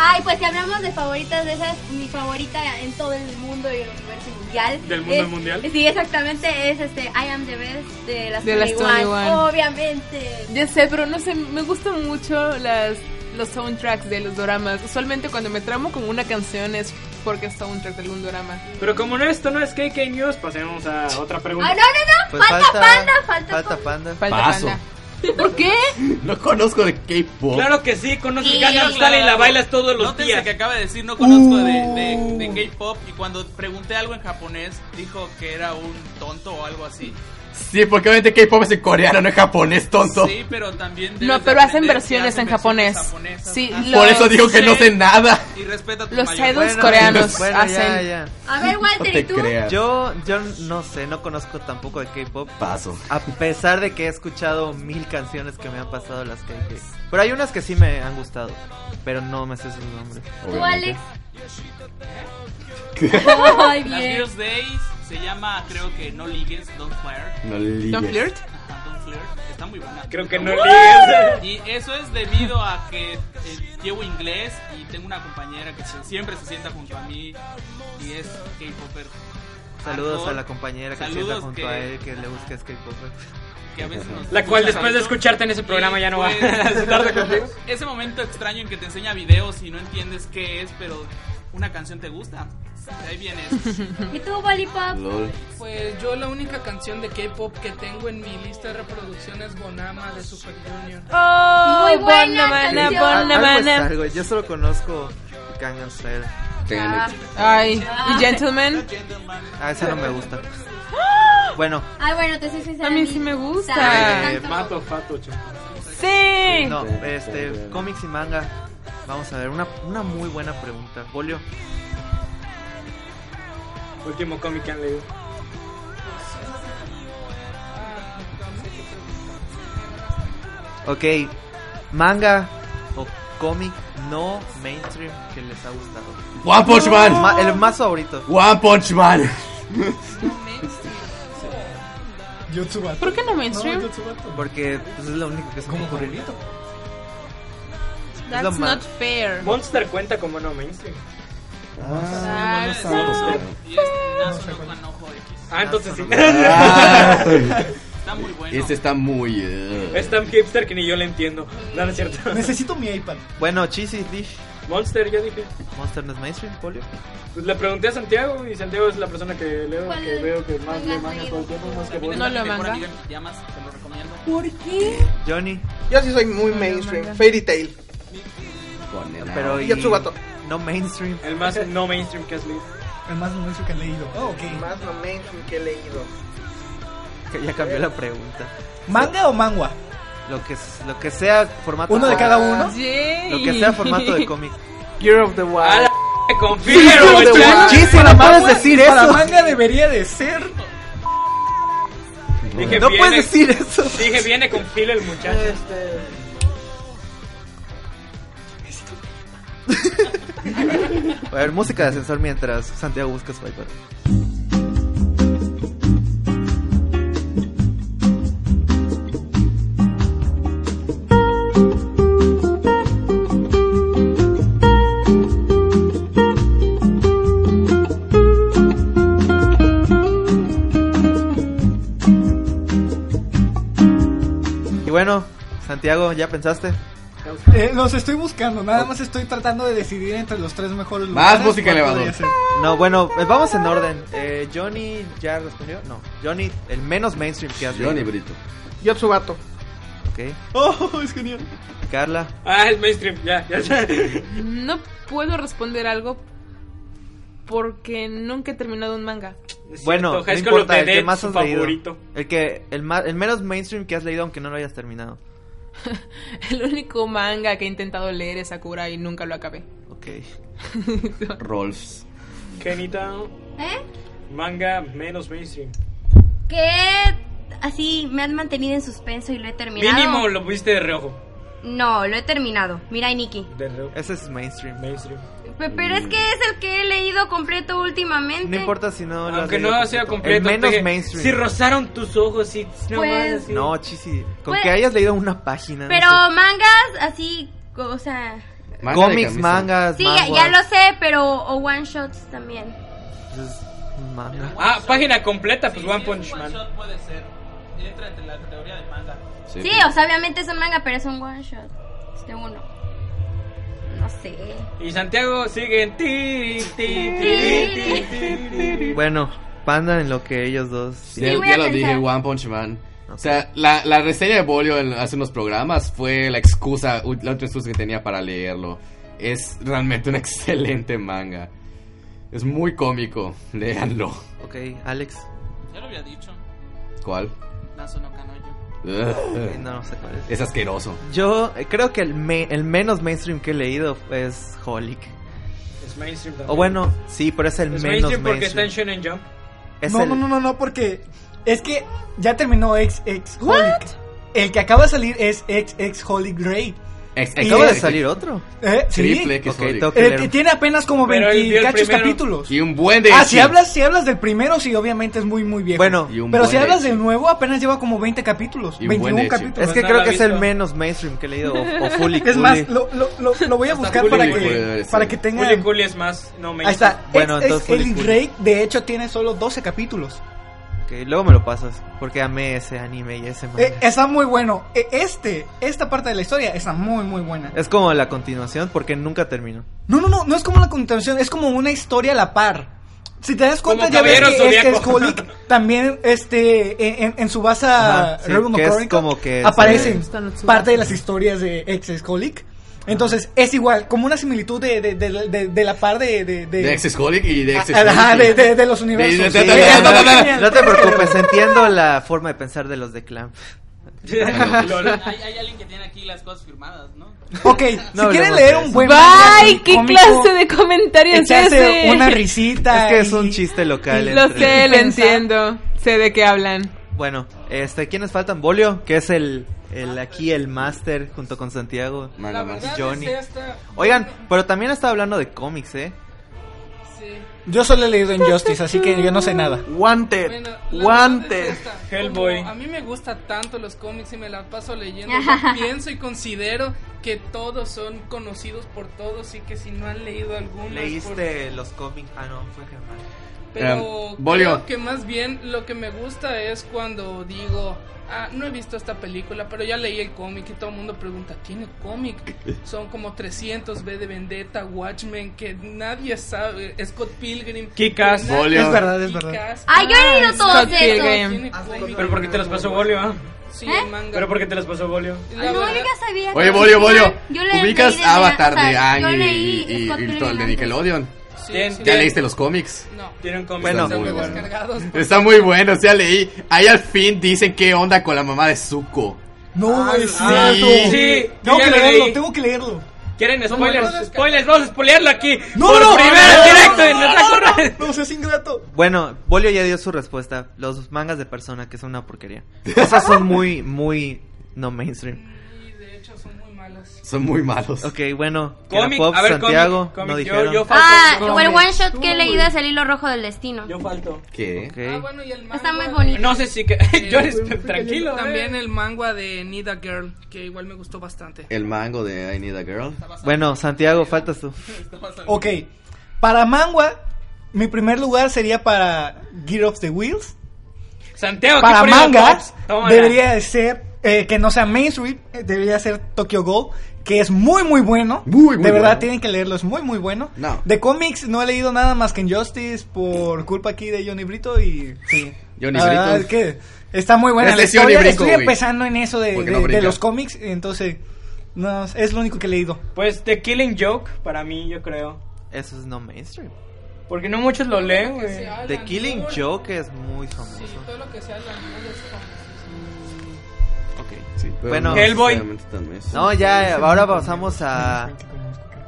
Speaker 7: Ay, pues si hablamos de favoritas de esas, mi favorita en todo el mundo y el universo mundial.
Speaker 3: ¿Del mundo
Speaker 7: es-
Speaker 3: mundial?
Speaker 7: Sí, exactamente, es este I Am The Best de las,
Speaker 5: De las 21.
Speaker 7: Obviamente.
Speaker 5: Ya sé, pero no sé, me gustan mucho las, los soundtracks de los doramas. Usualmente cuando me tramo con una canción es porque es soundtrack de algún dorama.
Speaker 3: Pero como no, esto no es KK News, pasemos a otra pregunta.
Speaker 7: Ah, no, no, no,
Speaker 6: Pues
Speaker 7: falta, panda, falta,
Speaker 6: Falta
Speaker 7: panda.
Speaker 6: panda.
Speaker 5: Falta
Speaker 1: Paso.
Speaker 5: Panda. ¿Por qué?
Speaker 1: No conozco de K-pop.
Speaker 3: Claro que sí, conoces
Speaker 7: Sí,
Speaker 3: Gangnam Style y la bailas todos los
Speaker 8: Nótense
Speaker 3: días.
Speaker 8: que acaba de decir no conozco de, de-
Speaker 4: Uh.
Speaker 8: de K-pop y cuando pregunté algo en japonés dijo que era un tonto o algo así.
Speaker 1: Sí, porque obviamente K-pop es en coreano, no en japonés, tonto.
Speaker 8: Sí, pero también debes
Speaker 5: No,
Speaker 8: de
Speaker 5: pero hacen
Speaker 8: aprender que
Speaker 5: versiones
Speaker 8: hacen
Speaker 5: en japonés.
Speaker 8: versiones
Speaker 5: Sí,
Speaker 8: japonesas.
Speaker 1: Por
Speaker 5: los-
Speaker 1: eso digo que no sé nada.
Speaker 8: Y respeta a tus
Speaker 5: los
Speaker 8: mayores.
Speaker 5: idols- coreanos
Speaker 6: ya,
Speaker 5: hacen-
Speaker 6: ya.
Speaker 7: A ver,
Speaker 1: No
Speaker 7: Walter, ¿y
Speaker 1: te
Speaker 7: tú?
Speaker 1: creas.
Speaker 6: Yo, yo no sé, no conozco tampoco de K-pop.
Speaker 1: paso.
Speaker 6: A pesar de que he escuchado mil canciones que me han pasado las KK. Pero hay unas que sí me han gustado. Pero no me sé sus nombres.
Speaker 7: ¿Tú,
Speaker 1: obviamente.
Speaker 7: Alex? Ay,
Speaker 8: Las
Speaker 7: bien.
Speaker 8: Girls Days se llama, creo que No Ligues, Don't Flirt.
Speaker 1: No ligues.
Speaker 5: ¿Don't flirt?
Speaker 8: Ajá, Don't Flirt. Está muy buena.
Speaker 3: Creo que
Speaker 8: Está
Speaker 3: no
Speaker 8: muy
Speaker 3: lees.
Speaker 8: Y eso es debido a que eh, llevo inglés y tengo una compañera que se- siempre se sienta junto a mí y es K-Popper.
Speaker 6: Saludos
Speaker 8: Hardcore,
Speaker 6: a la compañera que
Speaker 8: Saludos
Speaker 6: sienta junto
Speaker 8: que-
Speaker 6: a él que le busques K-pop.
Speaker 8: que a veces nos
Speaker 3: La cual
Speaker 8: escucha
Speaker 3: después de
Speaker 8: tanto.
Speaker 3: escucharte en ese programa ya no va a
Speaker 8: Y,
Speaker 3: estar contigo.
Speaker 8: Ese momento extraño en que te enseña videos y no entiendes qué es, pero una canción te gusta. De ahí viene eso.
Speaker 7: ¿Y tú, Bolipop?
Speaker 1: Lol.
Speaker 9: Pues yo la única canción de K-pop que tengo en mi lista de reproducción es Bonama de Super Junior.
Speaker 5: Oh,
Speaker 7: Muy buena
Speaker 5: Bonamana,
Speaker 7: canción.
Speaker 6: Algo
Speaker 5: Bonamana.
Speaker 6: está, güey. Yo solo conozco Gangnam Style.
Speaker 7: Ah,
Speaker 5: Ay, y Gentleman.
Speaker 6: Ah, esa no me gusta. Bueno,
Speaker 7: Ay, bueno, te soy sincera.
Speaker 5: A mí sí me gusta.
Speaker 7: ¿sabes?
Speaker 6: Eh,
Speaker 8: Mato, fato, chaval.
Speaker 5: Sí.
Speaker 6: no, este, cómics y manga. Vamos a ver, una, una muy buena pregunta. Bolio,
Speaker 3: Último cómic que han leído.
Speaker 6: ok, manga o cómic no mainstream que les ha gustado.
Speaker 1: One Punch Man.
Speaker 6: Ma- el más favorito.
Speaker 1: One Punch Man.
Speaker 4: Yotsubato.
Speaker 5: ¿Por qué no mainstream?
Speaker 4: No, Yotsubato.
Speaker 6: Porque pues, es lo único que se me
Speaker 4: Como
Speaker 6: ocurre.
Speaker 4: Jorelito.
Speaker 6: lo
Speaker 5: That's
Speaker 6: más.
Speaker 5: not fair.
Speaker 3: Monster cuenta como no mainstream.
Speaker 5: Ah,
Speaker 8: Y este Nazo no ojo X.
Speaker 3: Ah, entonces sí.
Speaker 1: Ah,
Speaker 8: Está muy bueno.
Speaker 1: Ese está muy. eh,
Speaker 3: Es tan hipster que ni yo le entiendo. No, no es cierto.
Speaker 4: Necesito mi iPad.
Speaker 6: Bueno, Cheesy Dish,
Speaker 3: Monster, yo dije.
Speaker 6: Monster no es mainstream, Polio.
Speaker 3: Pues le pregunté a Santiago y Santiago es la persona que leo,
Speaker 7: ¿Cuál
Speaker 3: que
Speaker 7: es?
Speaker 3: veo que más
Speaker 7: ¿Cuál
Speaker 3: le
Speaker 7: has
Speaker 3: manga
Speaker 7: leído?
Speaker 3: todo el tiempo, más que
Speaker 8: También
Speaker 3: vos.
Speaker 8: es
Speaker 5: No
Speaker 8: la
Speaker 5: lo
Speaker 8: mejor
Speaker 5: manga.
Speaker 8: amiga en pijamas, te lo recomiendo.
Speaker 6: Johnny,
Speaker 2: Yo sí soy muy mainstream. Fairy Tail.
Speaker 1: con el-
Speaker 6: pero y
Speaker 2: Yotsubato.
Speaker 6: no mainstream.
Speaker 3: El más no mainstream que has leído.
Speaker 4: El más nuestro que he leído. Oh, ok.
Speaker 2: Más no mainstream que he leído.
Speaker 6: Que ya cambió la pregunta.
Speaker 4: ¿Manga o mangua?
Speaker 6: Lo que s- lo que sea formato
Speaker 4: Uno de
Speaker 6: cómic.
Speaker 4: cada uno.
Speaker 5: Yay.
Speaker 6: Lo que sea formato de cómic.
Speaker 2: Gear of the
Speaker 3: ¡A
Speaker 2: Wild.
Speaker 3: la confío,
Speaker 2: Pero,
Speaker 3: ya.
Speaker 2: guau.
Speaker 6: Sí, sí, no puedes decir
Speaker 4: Para
Speaker 6: eso.
Speaker 4: manga debería de ser.
Speaker 3: Dije,
Speaker 6: No
Speaker 3: viene-
Speaker 6: puedes decir eso.
Speaker 3: Dije, viene con filo el muchacho.
Speaker 2: Este.
Speaker 6: A ver, música de ascensor mientras Santiago busca su iPad. Y bueno, Santiago, ¿ya pensaste?
Speaker 4: Eh, los estoy buscando, nada más estoy tratando de decidir entre los tres mejores
Speaker 1: Más
Speaker 4: lugares
Speaker 1: música
Speaker 4: cuál
Speaker 1: elevador.
Speaker 4: podría ser.
Speaker 6: No, bueno, eh, vamos en orden. Eh, Johnny ya respondió. No, Johnny, el menos mainstream que has
Speaker 1: Johnny
Speaker 6: leído.
Speaker 1: Brito.
Speaker 2: Yotsubato.
Speaker 6: Ok.
Speaker 3: Oh, es genial.
Speaker 6: Carla,
Speaker 3: Ah, el mainstream, ya, ya, ya.
Speaker 5: No puedo responder algo porque nunca he terminado un manga.
Speaker 6: bueno,
Speaker 3: High
Speaker 6: no
Speaker 3: School of
Speaker 6: importa,
Speaker 3: the
Speaker 6: el que
Speaker 3: Dead,
Speaker 6: más
Speaker 3: su
Speaker 6: has
Speaker 3: favorito.
Speaker 6: leído. El, que, el, ma- el menos mainstream que has leído, aunque no lo hayas terminado.
Speaker 5: El único manga que he intentado leer es Sakura y nunca lo acabé.
Speaker 6: Ok.
Speaker 1: Rolfs.
Speaker 3: Kenita,
Speaker 7: ¿Eh?
Speaker 3: manga menos mainstream.
Speaker 7: Que así me han mantenido en suspenso y lo he terminado.
Speaker 3: Mínimo lo pusiste de reojo.
Speaker 7: No, lo he terminado. Mira, y Nikki.
Speaker 3: De reojo.
Speaker 6: Ese es mainstream.
Speaker 3: Mainstream.
Speaker 7: Pe- Pero es que es el que he leído completo últimamente.
Speaker 6: No importa si no lo has
Speaker 3: Aunque
Speaker 6: leído
Speaker 3: no sea completo.
Speaker 6: El menos
Speaker 3: pegue.
Speaker 6: mainstream.
Speaker 3: Si rozaron tus ojos y no
Speaker 7: Pues-
Speaker 3: mames, sí.
Speaker 6: no, chisi. Con
Speaker 7: Pues-
Speaker 6: que hayas leído una página. no
Speaker 7: Pero
Speaker 6: sé.
Speaker 7: mangas así, o sea...
Speaker 1: Manga de
Speaker 6: Cómics,
Speaker 1: camisa.
Speaker 6: mangas,
Speaker 7: Sí,
Speaker 3: Ah,
Speaker 7: ya, ya lo sé, pero... O one shots también.
Speaker 6: lo sé. Manga.
Speaker 3: Ah, página completa, pues One
Speaker 8: Sí,
Speaker 3: Punch
Speaker 8: One
Speaker 3: Man.
Speaker 8: Shot puede ser. Entra entre la categoría de manga.
Speaker 1: Sí.
Speaker 7: Sí, o sea, obviamente es un manga, pero es un one shot. Es de uno. No sé.
Speaker 3: Y Santiago sigue en ti, ti, ti, ti, ti, ti, ti.
Speaker 6: Bueno, panda en lo que ellos dos.
Speaker 1: Sí,
Speaker 7: Sí,
Speaker 1: ya
Speaker 7: voy a
Speaker 1: lo
Speaker 7: pensar.
Speaker 1: dije, One Punch Man. O sea, la, la reseña de Bolio en- hace unos programas fue la excusa, u- la otra excusa que tenía para leerlo. Es realmente un excelente manga. Es muy cómico, léanlo.
Speaker 6: Ok, Alex.
Speaker 8: Ya lo había dicho.
Speaker 1: ¿Cuál?
Speaker 8: Nazo no Kanoyo.
Speaker 1: Ugh.
Speaker 6: No, no sé cuál es.
Speaker 1: Es asqueroso.
Speaker 6: Yo eh, creo que el, me- el menos mainstream que he leído es Holic.
Speaker 3: Es mainstream también.
Speaker 6: O bueno, sí, pero es el
Speaker 3: es
Speaker 6: menos
Speaker 3: mainstream
Speaker 6: mainstream.
Speaker 3: porque está en Shonen Jump.
Speaker 6: Es
Speaker 4: No,
Speaker 6: el-
Speaker 4: no, no, no, no, porque es que ya terminó ex ex Holic. El que acaba de salir es ex ex Holic Grey.
Speaker 1: Ex- ex-
Speaker 6: Acaba de salir otro.
Speaker 4: ¿Eh? Sí.
Speaker 1: Triple X
Speaker 6: Ok,
Speaker 1: Holic.
Speaker 6: tengo que
Speaker 4: Eh,
Speaker 6: leer.
Speaker 4: que tiene apenas como
Speaker 3: Pero él vio el
Speaker 4: 20 cachos
Speaker 3: primero.
Speaker 4: capítulos.
Speaker 1: Y un buen de
Speaker 4: Ah,
Speaker 1: Echi.
Speaker 4: si hablas, si hablas del primero, sí, obviamente es muy, muy viejo.
Speaker 6: Bueno,
Speaker 1: Y un
Speaker 4: pero
Speaker 1: buen
Speaker 4: si hablas
Speaker 1: Echi.
Speaker 4: del nuevo, apenas lleva como 20 capítulos.
Speaker 1: Y un
Speaker 4: 21
Speaker 1: buen
Speaker 4: capítulos.
Speaker 6: es que
Speaker 3: no
Speaker 6: creo
Speaker 3: la
Speaker 6: que
Speaker 3: he
Speaker 6: es el
Speaker 3: visto.
Speaker 6: menos mainstream que he leído. O, o Fully
Speaker 4: Es más,
Speaker 6: Cooley.
Speaker 4: lo, lo, lo, lo voy a
Speaker 3: Hasta
Speaker 4: buscar
Speaker 3: Juli
Speaker 4: para
Speaker 3: Juli
Speaker 4: que,
Speaker 1: puede ser.
Speaker 4: para que tenga...
Speaker 3: Juli Juli es más no mainstream.
Speaker 4: Ahí está.
Speaker 6: Bueno,
Speaker 4: Ex- ex
Speaker 6: entonces Juli
Speaker 4: Elite
Speaker 6: Juli.
Speaker 4: Grey, de hecho, tiene solo 12 capítulos.
Speaker 6: Ok, luego me lo pasas. Porque amé ese anime y ese manga.
Speaker 4: Eh, está muy bueno. Eh, este, esta parte de la historia está muy, muy buena.
Speaker 6: es como la continuación porque nunca terminó.
Speaker 4: No, no, no, no es como una continuación, es como una historia a la par. Si te das cuenta,
Speaker 3: Como
Speaker 4: ya ves
Speaker 3: Caballero
Speaker 4: que este
Speaker 3: Zodíaco.
Speaker 4: Skolik también este, en, en- en su base
Speaker 6: Ajá, sí,
Speaker 4: Rebel
Speaker 6: que es
Speaker 4: McCormick
Speaker 6: como que es,
Speaker 4: aparecen
Speaker 5: eh,
Speaker 4: parte de las historias de ex Skolik. Entonces es igual, como una similitud de, de, de, de- de la par de. De, de-
Speaker 1: De ex Holic y de ex
Speaker 4: Ajá, Ah, de, de- de los universos.
Speaker 1: de-
Speaker 4: Sí,
Speaker 1: de- de-
Speaker 4: es
Speaker 1: de-
Speaker 4: muy
Speaker 1: de-
Speaker 4: genial.
Speaker 6: No te preocupes, entiendo la forma de pensar de los de Clamp.
Speaker 8: Hay, hay alguien que tiene aquí las cosas firmadas, ¿no?
Speaker 4: Ok,
Speaker 6: No
Speaker 4: si quieren
Speaker 6: hablemos
Speaker 4: leer
Speaker 6: de
Speaker 4: un
Speaker 6: eso.
Speaker 4: buen manga,
Speaker 5: Bye,
Speaker 4: un
Speaker 5: qué
Speaker 4: cómico,
Speaker 5: clase de comentario es
Speaker 4: echarse
Speaker 5: ese.
Speaker 4: una risita.
Speaker 6: Es que es
Speaker 4: y-
Speaker 6: un chiste local.
Speaker 5: Lo
Speaker 6: entre-
Speaker 5: sé, lo
Speaker 4: Pensar.
Speaker 5: entiendo. Sé de qué hablan.
Speaker 6: Bueno, este, ¿quiénes faltan? Bolio, que es el, el aquí el máster junto con Santiago.
Speaker 1: Manga
Speaker 9: La
Speaker 1: más.
Speaker 9: verdad
Speaker 6: Johnny.
Speaker 9: es esta.
Speaker 6: Oigan, pero también estaba hablando de cómics, ¿eh?
Speaker 9: Sí.
Speaker 4: Yo solo he leído Injustice, así que yo no sé nada.
Speaker 9: Bueno,
Speaker 2: Wanted,
Speaker 9: la verdad
Speaker 2: wanted.
Speaker 9: es esta.
Speaker 3: Hellboy.
Speaker 9: Como A mí me gusta tanto los cómics y me la paso leyendo. yo pienso y considero que todos son conocidos por todos y que si no han leído algunos.
Speaker 6: Leíste los cómics. Ah, no, fue Germán.
Speaker 9: Pero
Speaker 1: Em, Bolio.
Speaker 9: creo que más bien lo que me gusta es cuando digo, ah, no he visto esta película, pero ya leí el cómic y todo el mundo pregunta, ¿tiene cómic? Son como 300 B de Vendetta, Watchmen, que nadie sabe, Scott Pilgrim.
Speaker 3: Kick-Ass.
Speaker 9: que nadie-
Speaker 1: Bolio.
Speaker 4: Es verdad, es verdad.
Speaker 9: Kick-Ass.
Speaker 7: Ay, yo he leído todos
Speaker 5: Scott
Speaker 7: esos.
Speaker 5: Pilgrim.
Speaker 9: Tiene cómic.
Speaker 3: Pero ¿por qué te los pasó Bolio? ah?
Speaker 9: Sí,
Speaker 7: ¿Eh?
Speaker 9: el manga.
Speaker 3: ¿Pero por qué te los pasó Bolio?
Speaker 8: Ah,
Speaker 9: La
Speaker 7: Ay, no,
Speaker 9: verdad-
Speaker 7: yo ya sabía.
Speaker 1: Oye,
Speaker 7: que-
Speaker 1: Bolio, Bolio.
Speaker 7: Yo leí-
Speaker 1: Ubicas
Speaker 7: leí de-
Speaker 1: Avatar
Speaker 7: o sea,
Speaker 1: de
Speaker 7: yo
Speaker 1: Aang y,
Speaker 7: leí
Speaker 1: y- y-
Speaker 7: Scott
Speaker 1: y
Speaker 7: Pilgrim
Speaker 1: todo el de
Speaker 7: antes.
Speaker 1: Nickelodeon.
Speaker 9: sí,
Speaker 3: Bien,
Speaker 9: sí,
Speaker 1: ¿Ya
Speaker 3: bien.
Speaker 1: leíste los cómics?
Speaker 9: No.
Speaker 3: Tienen cómic.
Speaker 6: Bueno.
Speaker 1: Está muy bueno.
Speaker 9: Descargados.
Speaker 1: Está muy bueno, ya leí. Ahí al fin dicen qué onda con la mamá de Zuko.
Speaker 4: No, es
Speaker 3: ah,
Speaker 4: cierto.
Speaker 3: sí,
Speaker 4: tengo
Speaker 3: ya
Speaker 4: que
Speaker 3: lo leí.
Speaker 4: leerlo, tengo que leerlo.
Speaker 3: ¿Quieren spoilers?
Speaker 9: no, no,
Speaker 3: spoilers, vamos a spoilearlo aquí.
Speaker 4: No,
Speaker 3: Por
Speaker 4: no,
Speaker 3: primera
Speaker 4: no,
Speaker 3: directo
Speaker 4: no,
Speaker 3: en el Taco Radio.
Speaker 4: No seas ingrato.
Speaker 6: Bueno, Bolio ya dio su respuesta. Los mangas de persona, que son una porquería. Esas son muy, muy no mainstream.
Speaker 9: Y de hecho son muy malos.
Speaker 1: Son muy malos.
Speaker 6: Ok, bueno.
Speaker 3: Cómic,
Speaker 6: Pop,
Speaker 3: a ver,
Speaker 6: Santiago,
Speaker 3: cómic, cómic,
Speaker 6: no
Speaker 3: yo-
Speaker 6: dijeron.
Speaker 3: yo-
Speaker 7: Ah,
Speaker 3: No,
Speaker 7: o el
Speaker 3: hombre.
Speaker 7: one shot que he leído es el hilo rojo del destino.
Speaker 3: Yo falto.
Speaker 1: ¿Qué?
Speaker 6: Ok.
Speaker 9: Ah, bueno, y el manga.
Speaker 7: Está muy
Speaker 9: de-
Speaker 7: bonito.
Speaker 3: No sé si que. Yo les- tranquilo. eh.
Speaker 9: También
Speaker 3: También
Speaker 9: el manga de Need a Girl, que igual me gustó bastante.
Speaker 1: El mango de I Need a Girl.
Speaker 6: Bueno, Santiago, faltas tú.
Speaker 4: Ok, para Mangua, mi primer lugar sería para Gear of the Wheels.
Speaker 3: Santiago, aquí
Speaker 4: Para
Speaker 3: poniendo
Speaker 4: mangas,
Speaker 3: tops. Tómala.
Speaker 4: debería de ser, eh, que no sea mainstream, eh, debería ser Tokyo Ghoul, que es muy, muy bueno.
Speaker 1: Muy, muy
Speaker 4: De verdad,
Speaker 1: bueno.
Speaker 4: tienen que leerlo, es muy, muy bueno.
Speaker 1: No.
Speaker 4: De cómics no he leído nada más que Injustice por culpa aquí de Johnny Brito y... Sí.
Speaker 1: Johnny
Speaker 4: La verdad
Speaker 1: Brito. Este
Speaker 4: es que está muy buena
Speaker 1: Es
Speaker 4: la
Speaker 1: de Johnny
Speaker 4: historia.
Speaker 1: Brito,
Speaker 4: Estoy
Speaker 1: güey.
Speaker 4: empezando en eso de,
Speaker 1: Porque
Speaker 4: de-
Speaker 1: no
Speaker 4: de
Speaker 1: brinca.
Speaker 4: los cómics, eh. entonces... No, es lo único que he leído.
Speaker 3: Pues The Killing Joke, para mí, yo creo.
Speaker 6: Eso es no mainstream.
Speaker 3: Porque no muchos lo leen,
Speaker 9: Todo lo que
Speaker 3: güey.
Speaker 9: sea Alan
Speaker 6: The Killing
Speaker 9: Moore,
Speaker 6: Joke es muy famoso.
Speaker 9: Sí, todo lo que sea Alan Moore es famosísimo.
Speaker 6: Ok.
Speaker 1: Sí, pero
Speaker 6: Bueno.
Speaker 1: no
Speaker 3: Hellboy.
Speaker 1: necesariamente tan mainstream.
Speaker 6: No, ya, eh, ahora pasamos a,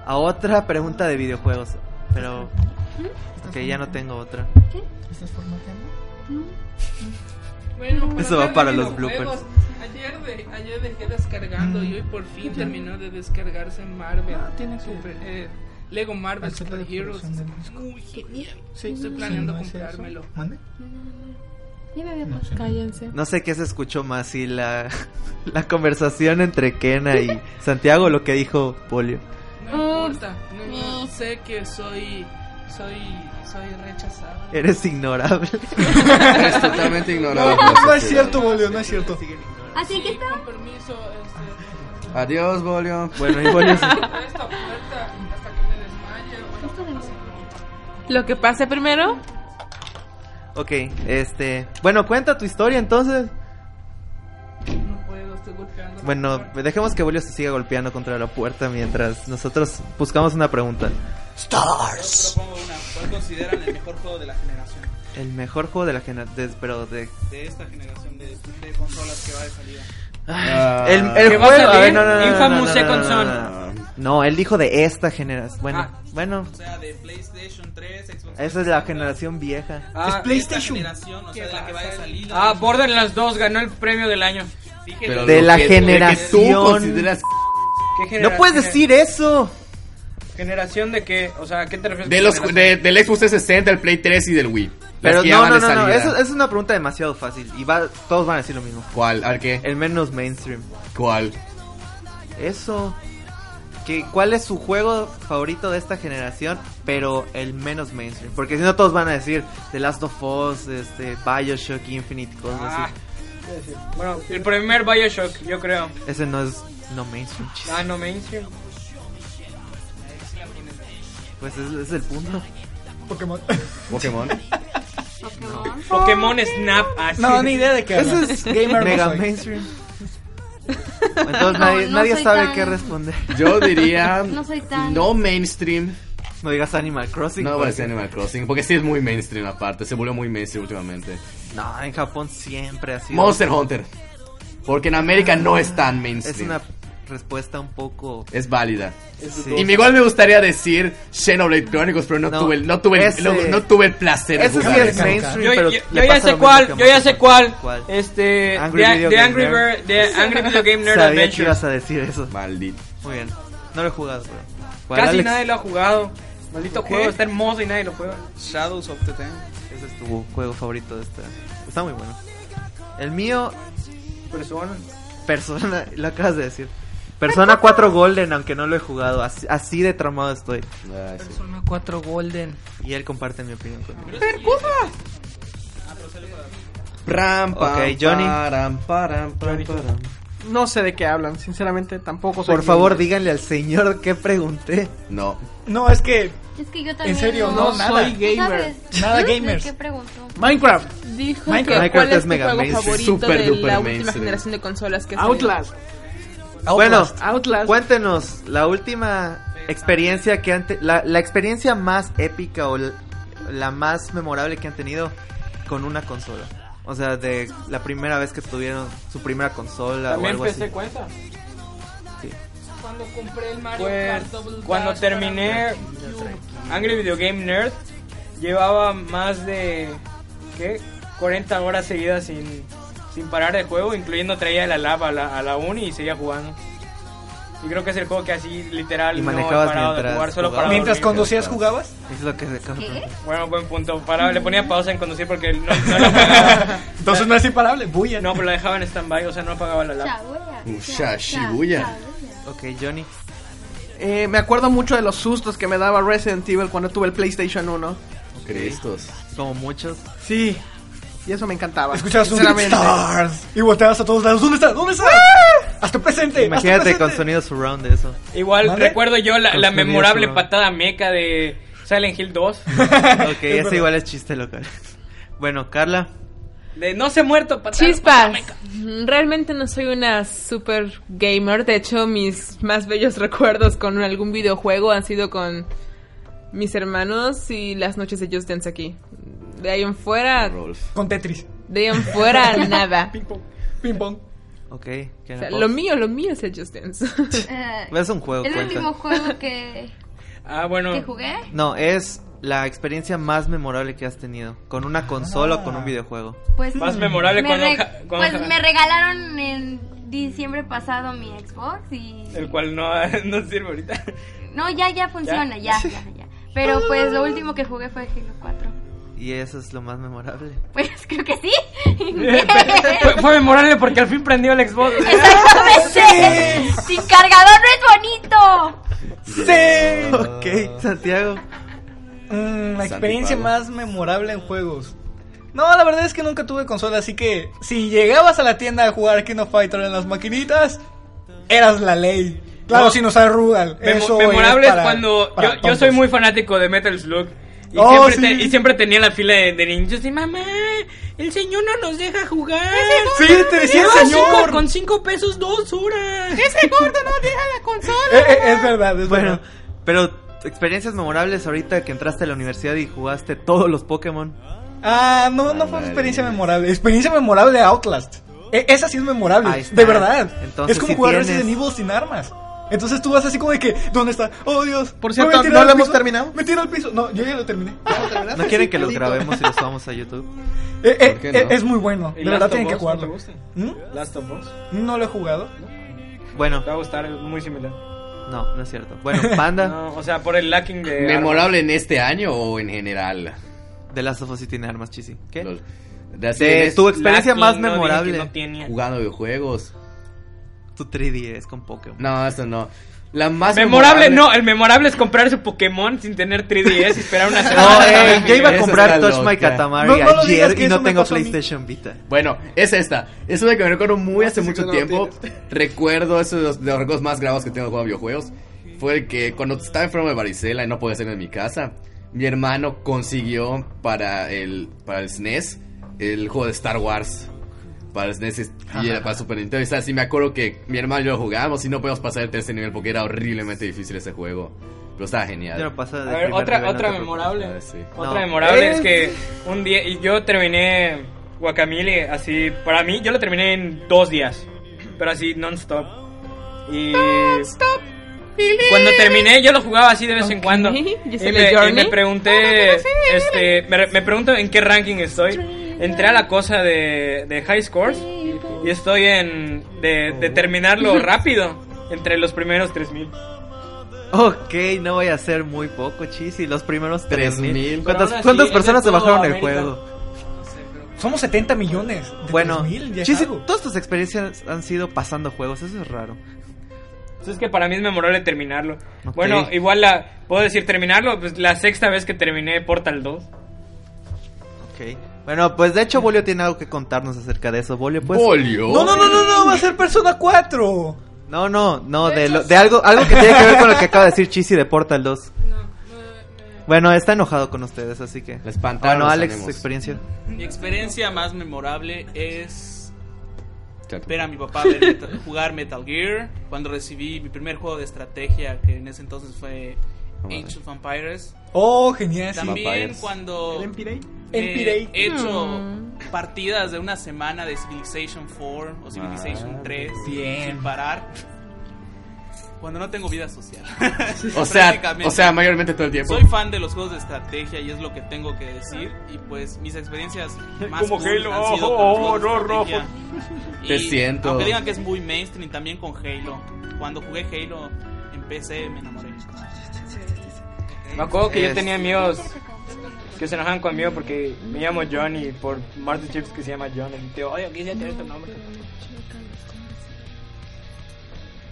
Speaker 6: a otra pregunta de videojuegos. Pero. Que ya no tengo otra.
Speaker 9: Bueno, pero
Speaker 6: Eso va
Speaker 9: hablando
Speaker 6: para
Speaker 9: de
Speaker 6: los
Speaker 9: videojuegos, Ayer, de- ayer dejé descargando y hoy por fin terminó de descargarse Marvel.
Speaker 4: Ah,
Speaker 9: Super- eh, Lego Marvel
Speaker 4: Hacer la
Speaker 9: Super Heroes.
Speaker 4: decoración del
Speaker 9: Muy genial. Estoy planeando comprármelo.
Speaker 4: ¿Mande?
Speaker 5: Cállense.
Speaker 6: No sé qué se escuchó más, si la, la conversación entre Kena y Santiago, lo que dijo Polio.
Speaker 9: No
Speaker 5: Ah.
Speaker 9: importa. no- no
Speaker 5: Mm.
Speaker 9: sé que soy. Soy. Soy rechazada.
Speaker 6: Eres ignorable.
Speaker 1: Es totalmente ignorado.
Speaker 4: No,
Speaker 1: por la
Speaker 4: no es
Speaker 1: sociedad.
Speaker 4: cierto, Bolio, no es cierto.
Speaker 7: Así
Speaker 9: Sí,
Speaker 7: que está.
Speaker 9: con permiso. Este,
Speaker 1: Adiós, Bolio.
Speaker 6: Bueno, y
Speaker 3: Pues.
Speaker 6: Polio. sí.
Speaker 9: esta puerta hasta que me desmaye. bueno,
Speaker 5: Lo que pase primero,
Speaker 6: Ok, este. Bueno, cuenta tu historia entonces.
Speaker 9: no puedo, estoy golpeando.
Speaker 6: Bueno, dejemos que Bolio se siga golpeando contra la puerta mientras nosotros buscamos una pregunta.
Speaker 8: Yo propongo una. ¿Cuál consideran el mejor juego de la generación?
Speaker 6: El mejor juego de la generación. Pero de.
Speaker 8: De esta generación de, de consolas que va de salida.
Speaker 1: Ah,
Speaker 6: El,
Speaker 1: ¿qué
Speaker 6: el
Speaker 3: va a
Speaker 6: juego.
Speaker 3: salir?
Speaker 6: no, no, no, no,
Speaker 3: Infamous
Speaker 6: no, no,
Speaker 3: Second
Speaker 6: no,
Speaker 3: Son.
Speaker 6: no, no, no. No, él dijo de esta generación. Bueno,
Speaker 8: Ah.
Speaker 6: bueno.
Speaker 8: O sea, de PlayStation 3, Xbox
Speaker 6: Esa es la generación vieja.
Speaker 3: Ah,
Speaker 4: Es PlayStation.
Speaker 8: Esta generación, o sea, de la que va de salida.
Speaker 3: Ah, Borderlands 2 ganó el premio del año.
Speaker 8: Fíjate,
Speaker 1: pero
Speaker 6: de
Speaker 1: lo
Speaker 6: la
Speaker 1: que- lo que
Speaker 6: generación.
Speaker 1: tú consideras
Speaker 3: ¿Qué generación
Speaker 6: ¡No puedes
Speaker 3: es?
Speaker 6: decir ¿eh? eso!
Speaker 3: ¿Generación de qué? O sea, ¿qué te refieres?
Speaker 1: de
Speaker 3: con
Speaker 1: los,
Speaker 3: generación?
Speaker 1: de- del Xbox 360, el Play 3 y del Wii. Las
Speaker 6: Pero
Speaker 1: que
Speaker 6: no,
Speaker 1: van
Speaker 6: no,
Speaker 1: de
Speaker 6: no, no.
Speaker 1: salida.
Speaker 6: Eso, eso es una pregunta demasiado fácil. Y va, todos van a decir lo mismo.
Speaker 1: ¿Cuál? A ver, ¿qué?
Speaker 6: El menos mainstream.
Speaker 1: ¿Cuál?
Speaker 6: Eso. ¿Qué, ¿Cuál es su juego favorito de esta generación? Pero el menos mainstream. Porque si no, todos van a decir The Last of Us, este, Bioshock, Infinite, cosas
Speaker 3: Ah,
Speaker 6: así.
Speaker 3: bueno, el primer Bioshock, yo creo.
Speaker 4: Ah.
Speaker 6: Ese no es no mainstream, chis.
Speaker 3: Ah, no mainstream.
Speaker 6: Pues es, es el punto.
Speaker 4: Pokémon.
Speaker 1: Pokémon.
Speaker 3: Pokémon Snap. ah, así.
Speaker 4: No, ni idea de qué
Speaker 6: Eso
Speaker 4: hablas.
Speaker 6: es
Speaker 4: Gamer no
Speaker 6: mega
Speaker 4: soy.
Speaker 6: mainstream. Entonces nadie,
Speaker 7: no
Speaker 6: nadie
Speaker 7: soy
Speaker 6: sabe
Speaker 7: tan-
Speaker 6: qué responder.
Speaker 1: Yo diría.
Speaker 7: No soy tan-
Speaker 1: No mainstream.
Speaker 6: No digas Animal Crossing.
Speaker 1: No voy a
Speaker 6: porque-
Speaker 1: decir Animal Crossing. Porque sí es muy mainstream, aparte. Se volvió muy mainstream últimamente.
Speaker 6: No, en Japón siempre ha sido.
Speaker 1: Monster Hunter. Porque en América no es tan mainstream.
Speaker 6: Es una respuesta un poco.
Speaker 1: Es válida.
Speaker 6: Sí.
Speaker 1: Y me- igual me gustaría decir Xenoblade Chronicles, pero no,
Speaker 6: No,
Speaker 1: tuve el, no tuve el-
Speaker 6: ese-
Speaker 1: no, no tuve el placer de
Speaker 6: Ese sí
Speaker 1: jugar
Speaker 6: es
Speaker 1: eso.
Speaker 6: mainstream,
Speaker 3: Yo,
Speaker 6: pero
Speaker 3: yo-
Speaker 6: le
Speaker 3: yo ya
Speaker 6: pasa
Speaker 3: sé
Speaker 6: lo mismo que
Speaker 3: cuál,
Speaker 6: a
Speaker 3: yo ya sé cuál.
Speaker 6: ¿Cuál?
Speaker 3: Este,
Speaker 6: Angry
Speaker 3: The,
Speaker 6: Video
Speaker 3: The
Speaker 6: Game
Speaker 3: Angry
Speaker 6: Nerd.
Speaker 3: Bird, The Angry Video Game
Speaker 6: Sabía
Speaker 3: Nerd
Speaker 6: que
Speaker 3: Adventure.
Speaker 6: ibas a decir eso.
Speaker 1: Maldito.
Speaker 6: Muy bien. No lo he jugado, pero. Bueno,
Speaker 3: Casi
Speaker 6: Pues Alex,
Speaker 3: nadie lo ha jugado. Maldito
Speaker 6: ¿Qué?
Speaker 3: juego, está hermoso y nadie lo juega. Shadows of the Time.
Speaker 6: Ese es tu juego favorito de esta. Está muy bueno. El mío,
Speaker 3: Persona.
Speaker 6: Persona. Lo acabas de decir. Persona 4 Golden, aunque no lo he jugado. Así, así de tramado estoy.
Speaker 1: Ay, sí.
Speaker 9: Persona 4 Golden.
Speaker 6: Y él comparte mi opinión conmigo.
Speaker 1: Pram, pam,
Speaker 6: Ok, Johnny.
Speaker 1: param, param, pam, param.
Speaker 2: No sé de qué hablan, sinceramente, tampoco soy
Speaker 6: Por favor,
Speaker 2: gamer.
Speaker 6: díganle al señor que pregunté.
Speaker 1: No.
Speaker 4: No, es que
Speaker 7: Es que yo también.
Speaker 3: Eh,
Speaker 4: serio,
Speaker 7: no,
Speaker 4: no,
Speaker 7: ¿sabes?
Speaker 4: nada.
Speaker 2: soy gamer.
Speaker 4: Nada
Speaker 7: ¿De
Speaker 4: gamers.
Speaker 7: ¿Qué pregunto?
Speaker 2: Minecraft,
Speaker 5: Dijo
Speaker 4: Minecraft.
Speaker 5: que cuál
Speaker 6: Minecraft
Speaker 5: es
Speaker 6: es
Speaker 5: tu
Speaker 6: mega
Speaker 5: juego
Speaker 6: mainstream.
Speaker 5: favorito
Speaker 1: Super
Speaker 5: de
Speaker 1: duper
Speaker 5: la última
Speaker 1: mainstream.
Speaker 5: generación de consolas que ha salido.
Speaker 2: Outlast,
Speaker 6: Bueno,
Speaker 2: Outlast.
Speaker 6: cuéntenos la última experiencia que han te- la, la experiencia más épica o la, la más memorable que han tenido con una consola. O sea, de la primera vez que tuvieron su primera consola o
Speaker 3: También
Speaker 6: algo así.
Speaker 3: PC cuenta.
Speaker 9: Cuando compré el Mario
Speaker 3: Pues
Speaker 9: Kart Double
Speaker 3: cuando
Speaker 9: Dash para
Speaker 3: terminé
Speaker 9: mi GameCube.
Speaker 3: Angry Video Game Nerd, llevaba más de ¿qué? 40 horas seguidas sin, sin parar de juego, incluyendo traía la lava a la, a la uni y seguía jugando. Y creo que es el juego que así literal
Speaker 6: Y
Speaker 3: no he
Speaker 6: manejabas
Speaker 3: parado de
Speaker 6: mientras
Speaker 3: jugar solo
Speaker 6: jugabas.
Speaker 3: para
Speaker 4: Mientras
Speaker 3: dormir.
Speaker 4: conducías, jugabas.
Speaker 6: Es lo que se acaba de
Speaker 7: ¿Qué?
Speaker 6: preguntar.
Speaker 3: Bueno, buen punto. Paraba, le ponía pausa en conducir porque no, no la pagaba.
Speaker 4: Entonces no es imparable. Bulla.
Speaker 3: No, pero la dejaba en stand-by, o sea, no apagaba la lava.
Speaker 7: Chabuya.
Speaker 1: Usha,
Speaker 7: Cha-
Speaker 1: Shibuya.
Speaker 7: cha-
Speaker 6: Ok, Johnny.
Speaker 2: Eh, me acuerdo mucho de los sustos que me daba Resident Evil cuando tuve el PlayStation 1.
Speaker 1: Cristos.
Speaker 6: Como muchos.
Speaker 2: Sí, y eso me encantaba.
Speaker 4: Escuchabas un
Speaker 2: sinceramente.
Speaker 4: Stars y volteabas a todos lados. ¿Dónde estás? ¿Dónde estás? Hasta presente.
Speaker 6: Imagínate
Speaker 4: hasta
Speaker 6: con
Speaker 4: presente.
Speaker 6: sonido surround de eso.
Speaker 3: Igual
Speaker 4: ¿Vale?
Speaker 3: recuerdo yo la, la
Speaker 6: Construías
Speaker 3: memorable
Speaker 6: una-
Speaker 3: patada meca de Silent Hill 2.
Speaker 6: Ok,
Speaker 4: Es
Speaker 6: ese
Speaker 4: verdad.
Speaker 6: igual es chiste local. Bueno, Carla.
Speaker 3: De no se ha muerto, patada.
Speaker 5: Chispas. Mm, Realmente no soy una super gamer. De hecho, mis más bellos recuerdos con algún videojuego han sido con mis hermanos y las noches de Just Dance aquí. De ahí en fuera,
Speaker 1: Rolf.
Speaker 4: Con Tetris.
Speaker 5: de ahí en fuera, nada.
Speaker 4: Ping pong. Ping pong.
Speaker 6: Ok,
Speaker 5: O
Speaker 6: Karen
Speaker 5: sea,
Speaker 6: Fox.
Speaker 5: lo mío, lo mío es el Just Dance.
Speaker 7: Eh,
Speaker 6: Es un juego,
Speaker 7: El
Speaker 6: cuenta.
Speaker 7: último juego que,
Speaker 3: Ah, bueno.
Speaker 7: que jugué.
Speaker 6: No, es la experiencia más memorable que has tenido. Con una consola o con un videojuego.
Speaker 7: Pues,
Speaker 3: Más memorable
Speaker 7: me
Speaker 3: cuando
Speaker 7: re-
Speaker 3: ja- cuando
Speaker 7: Pues
Speaker 3: ja-
Speaker 7: me regalaron en diciembre pasado mi Xbox y.
Speaker 3: El cual no, no sirve ahorita.
Speaker 7: No, ya, ya funciona, ya, ya, ya. Pero pues lo último que jugué fue Halo 4.
Speaker 6: Y eso es lo más memorable.
Speaker 7: Pues creo que sí.
Speaker 3: fue, fue memorable porque al fin prendió el Xbox.
Speaker 7: Ah, Exactamente. Sin cargador no es bonito.
Speaker 4: Sí.
Speaker 6: Ok, Santiago.
Speaker 4: Mm, la
Speaker 1: Santi
Speaker 4: experiencia
Speaker 1: Pablo.
Speaker 4: más memorable en juegos. No, la verdad es que nunca tuve consola, así que si llegabas a la tienda a jugar King of Fighter en las maquinitas, eras la ley. Claro,
Speaker 3: No.
Speaker 4: sin usar Rugal.
Speaker 3: Memo-
Speaker 4: Eso
Speaker 3: memorable
Speaker 4: es
Speaker 3: es
Speaker 4: para-
Speaker 3: cuando.
Speaker 4: para
Speaker 3: yo, yo soy
Speaker 4: tontos.
Speaker 3: muy fanático de Metal Slug. Y,
Speaker 4: Oh,
Speaker 3: siempre
Speaker 4: sí.
Speaker 3: te- y siempre tenía la fila de, de niños. Y mamá, el señor no nos deja jugar.
Speaker 4: Sí, te decía el
Speaker 3: Lleva
Speaker 4: señor.
Speaker 3: cinco- con cinco pesos dos horas.
Speaker 4: Eh, eh, es verdad, es
Speaker 6: Bueno,
Speaker 4: verdad.
Speaker 6: pero experiencias memorables ahorita que entraste a la universidad y jugaste todos los Pokémon.
Speaker 4: Ah, no, no fue una experiencia memorable. Experiencia memorable de Outlast. E- esa sí es
Speaker 6: Ahí
Speaker 4: memorable,
Speaker 6: está.
Speaker 4: de verdad.
Speaker 6: Entonces,
Speaker 4: es como
Speaker 6: sí
Speaker 4: jugar
Speaker 6: tienes-
Speaker 4: Resident Evil sin armas. Entonces tú vas así como de que, ¿dónde está? Oh Dios.
Speaker 2: Por cierto,
Speaker 4: me voy a tirar
Speaker 2: ¿no
Speaker 4: al
Speaker 2: lo hemos
Speaker 4: piso.
Speaker 2: terminado?
Speaker 4: Me tiro al piso. No, yo ya lo terminé.
Speaker 6: ¿No quieren que los grabemos y los subamos a YouTube?
Speaker 4: Eh, eh,
Speaker 1: ¿Por qué
Speaker 4: eh,
Speaker 1: no?
Speaker 4: es muy bueno.
Speaker 3: ¿Y
Speaker 4: De
Speaker 3: Last
Speaker 4: verdad
Speaker 3: of
Speaker 4: tienen que
Speaker 3: Us no te
Speaker 4: jugarlo.
Speaker 3: gusta?
Speaker 4: ¿Mm?
Speaker 3: Last of Us.
Speaker 4: No lo he jugado.
Speaker 6: Bueno,
Speaker 3: Te va a gustar, es muy similar.
Speaker 6: no, no es cierto. Bueno, Panda,
Speaker 3: No, o sea, por el lacking de.
Speaker 1: ¿Memorable en este año o en general?
Speaker 6: de Last of Us sí tiene armas, chisi. ¿Qué?
Speaker 1: Lol. De así
Speaker 6: De
Speaker 1: eres
Speaker 6: tu experiencia
Speaker 3: Lacking,
Speaker 6: más
Speaker 3: no dije que
Speaker 6: memorable.
Speaker 3: no tenía.
Speaker 1: jugando videojuegos.
Speaker 6: Tu 3DS con Pokémon.
Speaker 1: No, eso no. La más
Speaker 3: Memorable no, el memorable es comprar su Pokémon sin tener 3DS y esperar una semana.
Speaker 6: No, eh, yo iba a
Speaker 1: Eso
Speaker 6: comprar
Speaker 1: está
Speaker 6: Touch My
Speaker 1: loca.
Speaker 6: Katamari
Speaker 4: No, no lo digas,
Speaker 6: ayer
Speaker 4: que
Speaker 6: y
Speaker 4: eso
Speaker 6: no
Speaker 4: me
Speaker 6: tengo
Speaker 4: pasó a mí.
Speaker 6: PlayStation Vita.
Speaker 1: Bueno, es esta. Es una que me recuerdo
Speaker 4: Ah,
Speaker 1: muy hace mucho
Speaker 2: no
Speaker 1: tiempo. Recuerdo, es uno de los, de los recuerdos más grabados que tengo de jugar videojuegos. Fue el que cuando estaba enfermo de varicela y no podía salir de mi casa, mi hermano consiguió para el, para el SNES el juego de Star Wars. Para el SNES y era para Super Nintendo. Y sabes, sí me acuerdo que mi hermano y yo lo jugábamos y no podíamos pasar el tercer nivel porque era horriblemente difícil ese juego. Pero estaba genial.
Speaker 6: Yo lo pasé
Speaker 3: A
Speaker 6: del
Speaker 3: ver,
Speaker 6: primer
Speaker 3: otra,
Speaker 6: nivel, no
Speaker 3: otra
Speaker 6: te preocupes.
Speaker 3: memorable.
Speaker 1: Ah, sí.
Speaker 3: Otra
Speaker 6: No.
Speaker 3: memorable
Speaker 6: Eh.
Speaker 3: es que un día. Y yo terminé Guacamole así. Para mí, yo lo terminé en dos días. Pero así, non-stop. Y.
Speaker 5: Stop.
Speaker 3: Cuando terminé, yo lo jugaba así de vez en
Speaker 5: Ok,
Speaker 3: cuando.
Speaker 5: ¿y
Speaker 3: Y
Speaker 5: se
Speaker 3: me,
Speaker 5: le
Speaker 3: y
Speaker 5: Journey?
Speaker 3: me pregunté. Este, me, me pregunto en qué ranking estoy. Entré a la cosa de, de high scores. Y estoy en. De,
Speaker 6: Oh.
Speaker 3: de terminarlo rápido. Entre los primeros 3000.
Speaker 6: Ok, no voy a hacer muy poco, chis. Y los primeros 3000.
Speaker 1: 3000.
Speaker 6: ¿Cuántas,
Speaker 3: Pero aún así,
Speaker 6: cuántas
Speaker 3: es de
Speaker 6: personas se
Speaker 3: todo
Speaker 6: bajaron el
Speaker 3: América.
Speaker 6: juego?
Speaker 4: Somos 70 millones. De
Speaker 6: Bueno,
Speaker 4: 3.000 ya es
Speaker 6: chis,
Speaker 4: algo.
Speaker 6: todas tus experiencias han sido pasando juegos. Eso es raro.
Speaker 3: Entonces que para mí Pues es memorable terminarlo.
Speaker 6: Ok.
Speaker 3: Bueno, igual la puedo decir terminarlo, pues la sexta vez que terminé Portal 2.
Speaker 6: Ok. Bueno, pues de hecho, Bolio tiene algo que contarnos acerca de eso. Bolio, pues.
Speaker 1: Polio.
Speaker 4: No, no, no, no, no, va a ser Persona 4.
Speaker 6: No, no, no, de, lo- de algo, algo que tiene que ver con lo que acaba de decir Chisi de Portal 2.
Speaker 5: eh.
Speaker 6: Bueno, está enojado con ustedes, así que.
Speaker 1: La espantaron.
Speaker 6: Bueno,
Speaker 1: los
Speaker 6: Alex,
Speaker 1: ánimos.
Speaker 6: tu experiencia.
Speaker 8: Mi experiencia más memorable es
Speaker 1: Chato.
Speaker 8: ver a mi papá ver Metal- jugar Metal Gear cuando recibí mi primer juego de estrategia que en ese entonces fue
Speaker 1: No mames.
Speaker 8: Ancient Vampires.
Speaker 4: Oh, genial, sí.
Speaker 8: También
Speaker 1: Vampires.
Speaker 8: cuando
Speaker 4: El
Speaker 8: Eh, he
Speaker 4: Pirate.
Speaker 8: hecho
Speaker 5: Mm.
Speaker 8: partidas de una semana de Civilization 4 o Civilization
Speaker 1: Ah,
Speaker 8: 3
Speaker 4: bien.
Speaker 8: sin parar. Cuando no tengo vida social.
Speaker 1: O sea,
Speaker 8: Prácticamente.
Speaker 1: o sea, mayormente todo el tiempo.
Speaker 8: Soy fan de los juegos de estrategia y es lo que tengo que decir. Y pues mis experiencias más
Speaker 3: Como
Speaker 8: cool
Speaker 3: Halo,
Speaker 8: han sido
Speaker 3: oh,
Speaker 8: con los
Speaker 3: oh,
Speaker 8: juegos de
Speaker 3: no, no.
Speaker 8: estrategia.
Speaker 1: Te siento.
Speaker 8: Aunque digan que es muy mainstream, también con Halo. Cuando jugué Halo en PC me enamoré.
Speaker 3: Me acuerdo que yo
Speaker 6: Es-
Speaker 3: tenía amigos que se enojaban conmigo porque me llamo John y por Marty Chips que se llama John. Y te oye, quisiera tener tu nombre.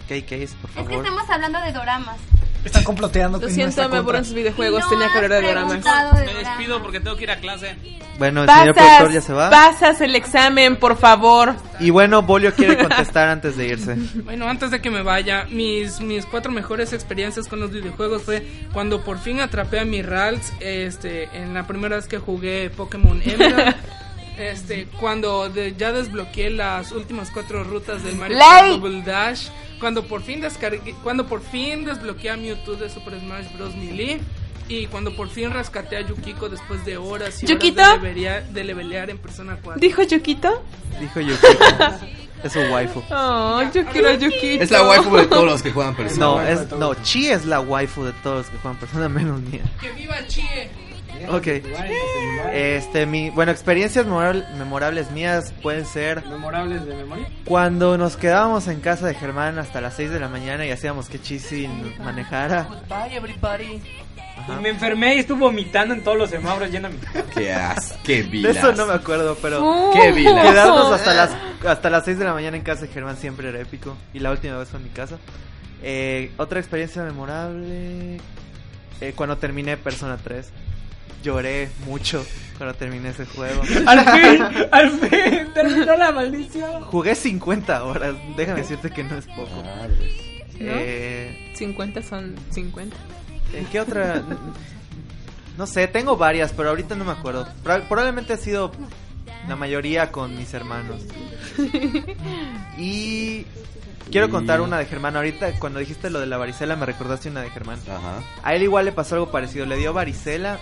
Speaker 6: KKs, por
Speaker 7: Es que
Speaker 6: favor.
Speaker 7: estamos hablando de doramas.
Speaker 4: Están comploteando.
Speaker 5: Lo
Speaker 4: con
Speaker 5: siento,
Speaker 4: nuestra
Speaker 5: me
Speaker 4: contra.
Speaker 5: aburren sus videojuegos,
Speaker 7: No
Speaker 5: tenía que hablar de
Speaker 7: has
Speaker 5: dramas.
Speaker 7: preguntado de
Speaker 8: Me despido
Speaker 7: doramas.
Speaker 8: porque tengo que ir a clase.
Speaker 6: Bueno, el señor productor ya
Speaker 5: Pasas,
Speaker 6: se va.
Speaker 5: pasas el examen, por favor.
Speaker 6: Y bueno, Bolio quiere contestar antes de irse.
Speaker 9: Bueno, antes de que me vaya, mis, mis cuatro mejores experiencias con los videojuegos fue cuando por fin atrapé a mi Ralts este, en la primera vez que jugué Pokémon Emerald. Este, cuando de- ya desbloqueé las últimas cuatro rutas del Mario Kart Double Dash, cuando por fin descargué, cuando por fin desbloqueé a Mewtwo de Super Smash Bros. Melee y cuando por fin rescaté a Yukiko después de horas y horas
Speaker 5: ¿Yukito?
Speaker 9: de, levería- de levelear en Persona 4.
Speaker 5: ¿Dijo Yukito?
Speaker 6: Dijo Yukiko. Es un waifu.
Speaker 5: Oh, yo quiero a Yukito.
Speaker 1: Es la waifu de todos los que juegan persona.
Speaker 6: No, es, no, Chi es la waifu de todos los que juegan persona menos mía.
Speaker 9: ¡Que viva Chie!
Speaker 6: Ok.
Speaker 5: Eh,
Speaker 6: Este, mi, bueno, experiencias memorable- memorables mías pueden ser
Speaker 3: ¿Memorables de memoria?
Speaker 6: Cuando nos quedábamos en casa de Germán hasta las 6 de la mañana y hacíamos que Chisi nos manejara.
Speaker 3: Y me enfermé y estuve vomitando en todos los semáforos lleno de mi casa.
Speaker 1: Qué as, qué
Speaker 6: De
Speaker 1: vilas.
Speaker 6: eso no me acuerdo, pero
Speaker 3: Uh.
Speaker 5: Oh.
Speaker 1: Qué vilas.
Speaker 6: quedarnos hasta las hasta las 6 de la mañana en casa de Germán siempre era épico. Y la última vez fue en mi casa. Eh, otra experiencia memorable. eh, cuando terminé Persona 3. Lloré mucho cuando terminé ese juego.
Speaker 3: Al fin, al fin, terminó la maldición.
Speaker 6: Jugué 50 horas. Déjame decirte que no es poco.
Speaker 5: ¿No?
Speaker 6: Ah, Eh,
Speaker 5: 50 son 50.
Speaker 6: ¿En qué otra? No sé, tengo varias, pero ahorita no me acuerdo. Pro- Probablemente ha sido la mayoría con mis hermanos. Y quiero contar una de Germán. Ahorita cuando dijiste lo de la varicela me recordaste una de Germán.
Speaker 1: Ajá.
Speaker 6: A él igual le pasó algo parecido. Le dio varicela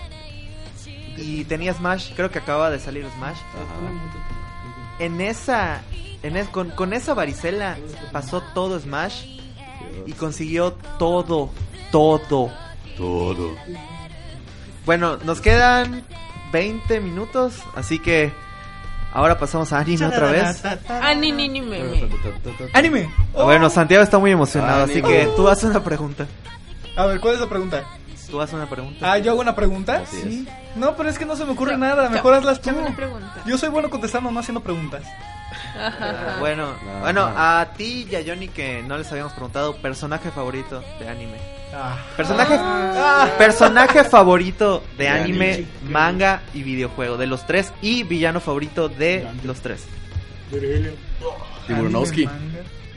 Speaker 6: y tenía Smash. Creo que acaba de salir Smash.
Speaker 1: Ajá.
Speaker 6: En esa... En es- con, con esa varicela pasó todo Smash y consiguió todo, todo,
Speaker 1: Todo.
Speaker 6: Bueno, nos quedan 20 minutos, así que ahora pasamos a anime otra vez.
Speaker 5: Ah, ni, ni, ni, me, me.
Speaker 4: Anime. Oh.
Speaker 6: Bueno, Santiago está muy emocionado, así
Speaker 1: Ah, Anime.
Speaker 6: que tú haz una pregunta.
Speaker 4: A ver, ¿cuál es la pregunta?
Speaker 6: Tú haz una pregunta.
Speaker 4: Ah, ¿yo hago una pregunta?
Speaker 1: Así
Speaker 4: sí. No, pero es que no se me ocurre nada. Mejor hazlas tú.
Speaker 5: Yo me pregunta.
Speaker 4: Yo soy bueno contestando, no haciendo preguntas.
Speaker 6: Ah, bueno,
Speaker 1: No,
Speaker 6: bueno,
Speaker 1: no.
Speaker 6: a ti y a Johnny que no les habíamos preguntado personaje favorito de anime.
Speaker 4: Ah.
Speaker 6: Personaje, Ah. personaje favorito de,
Speaker 1: De
Speaker 6: anime,
Speaker 1: anime.
Speaker 6: manga y videojuego de los tres y villano favorito de los tres.
Speaker 1: Tiburonowski.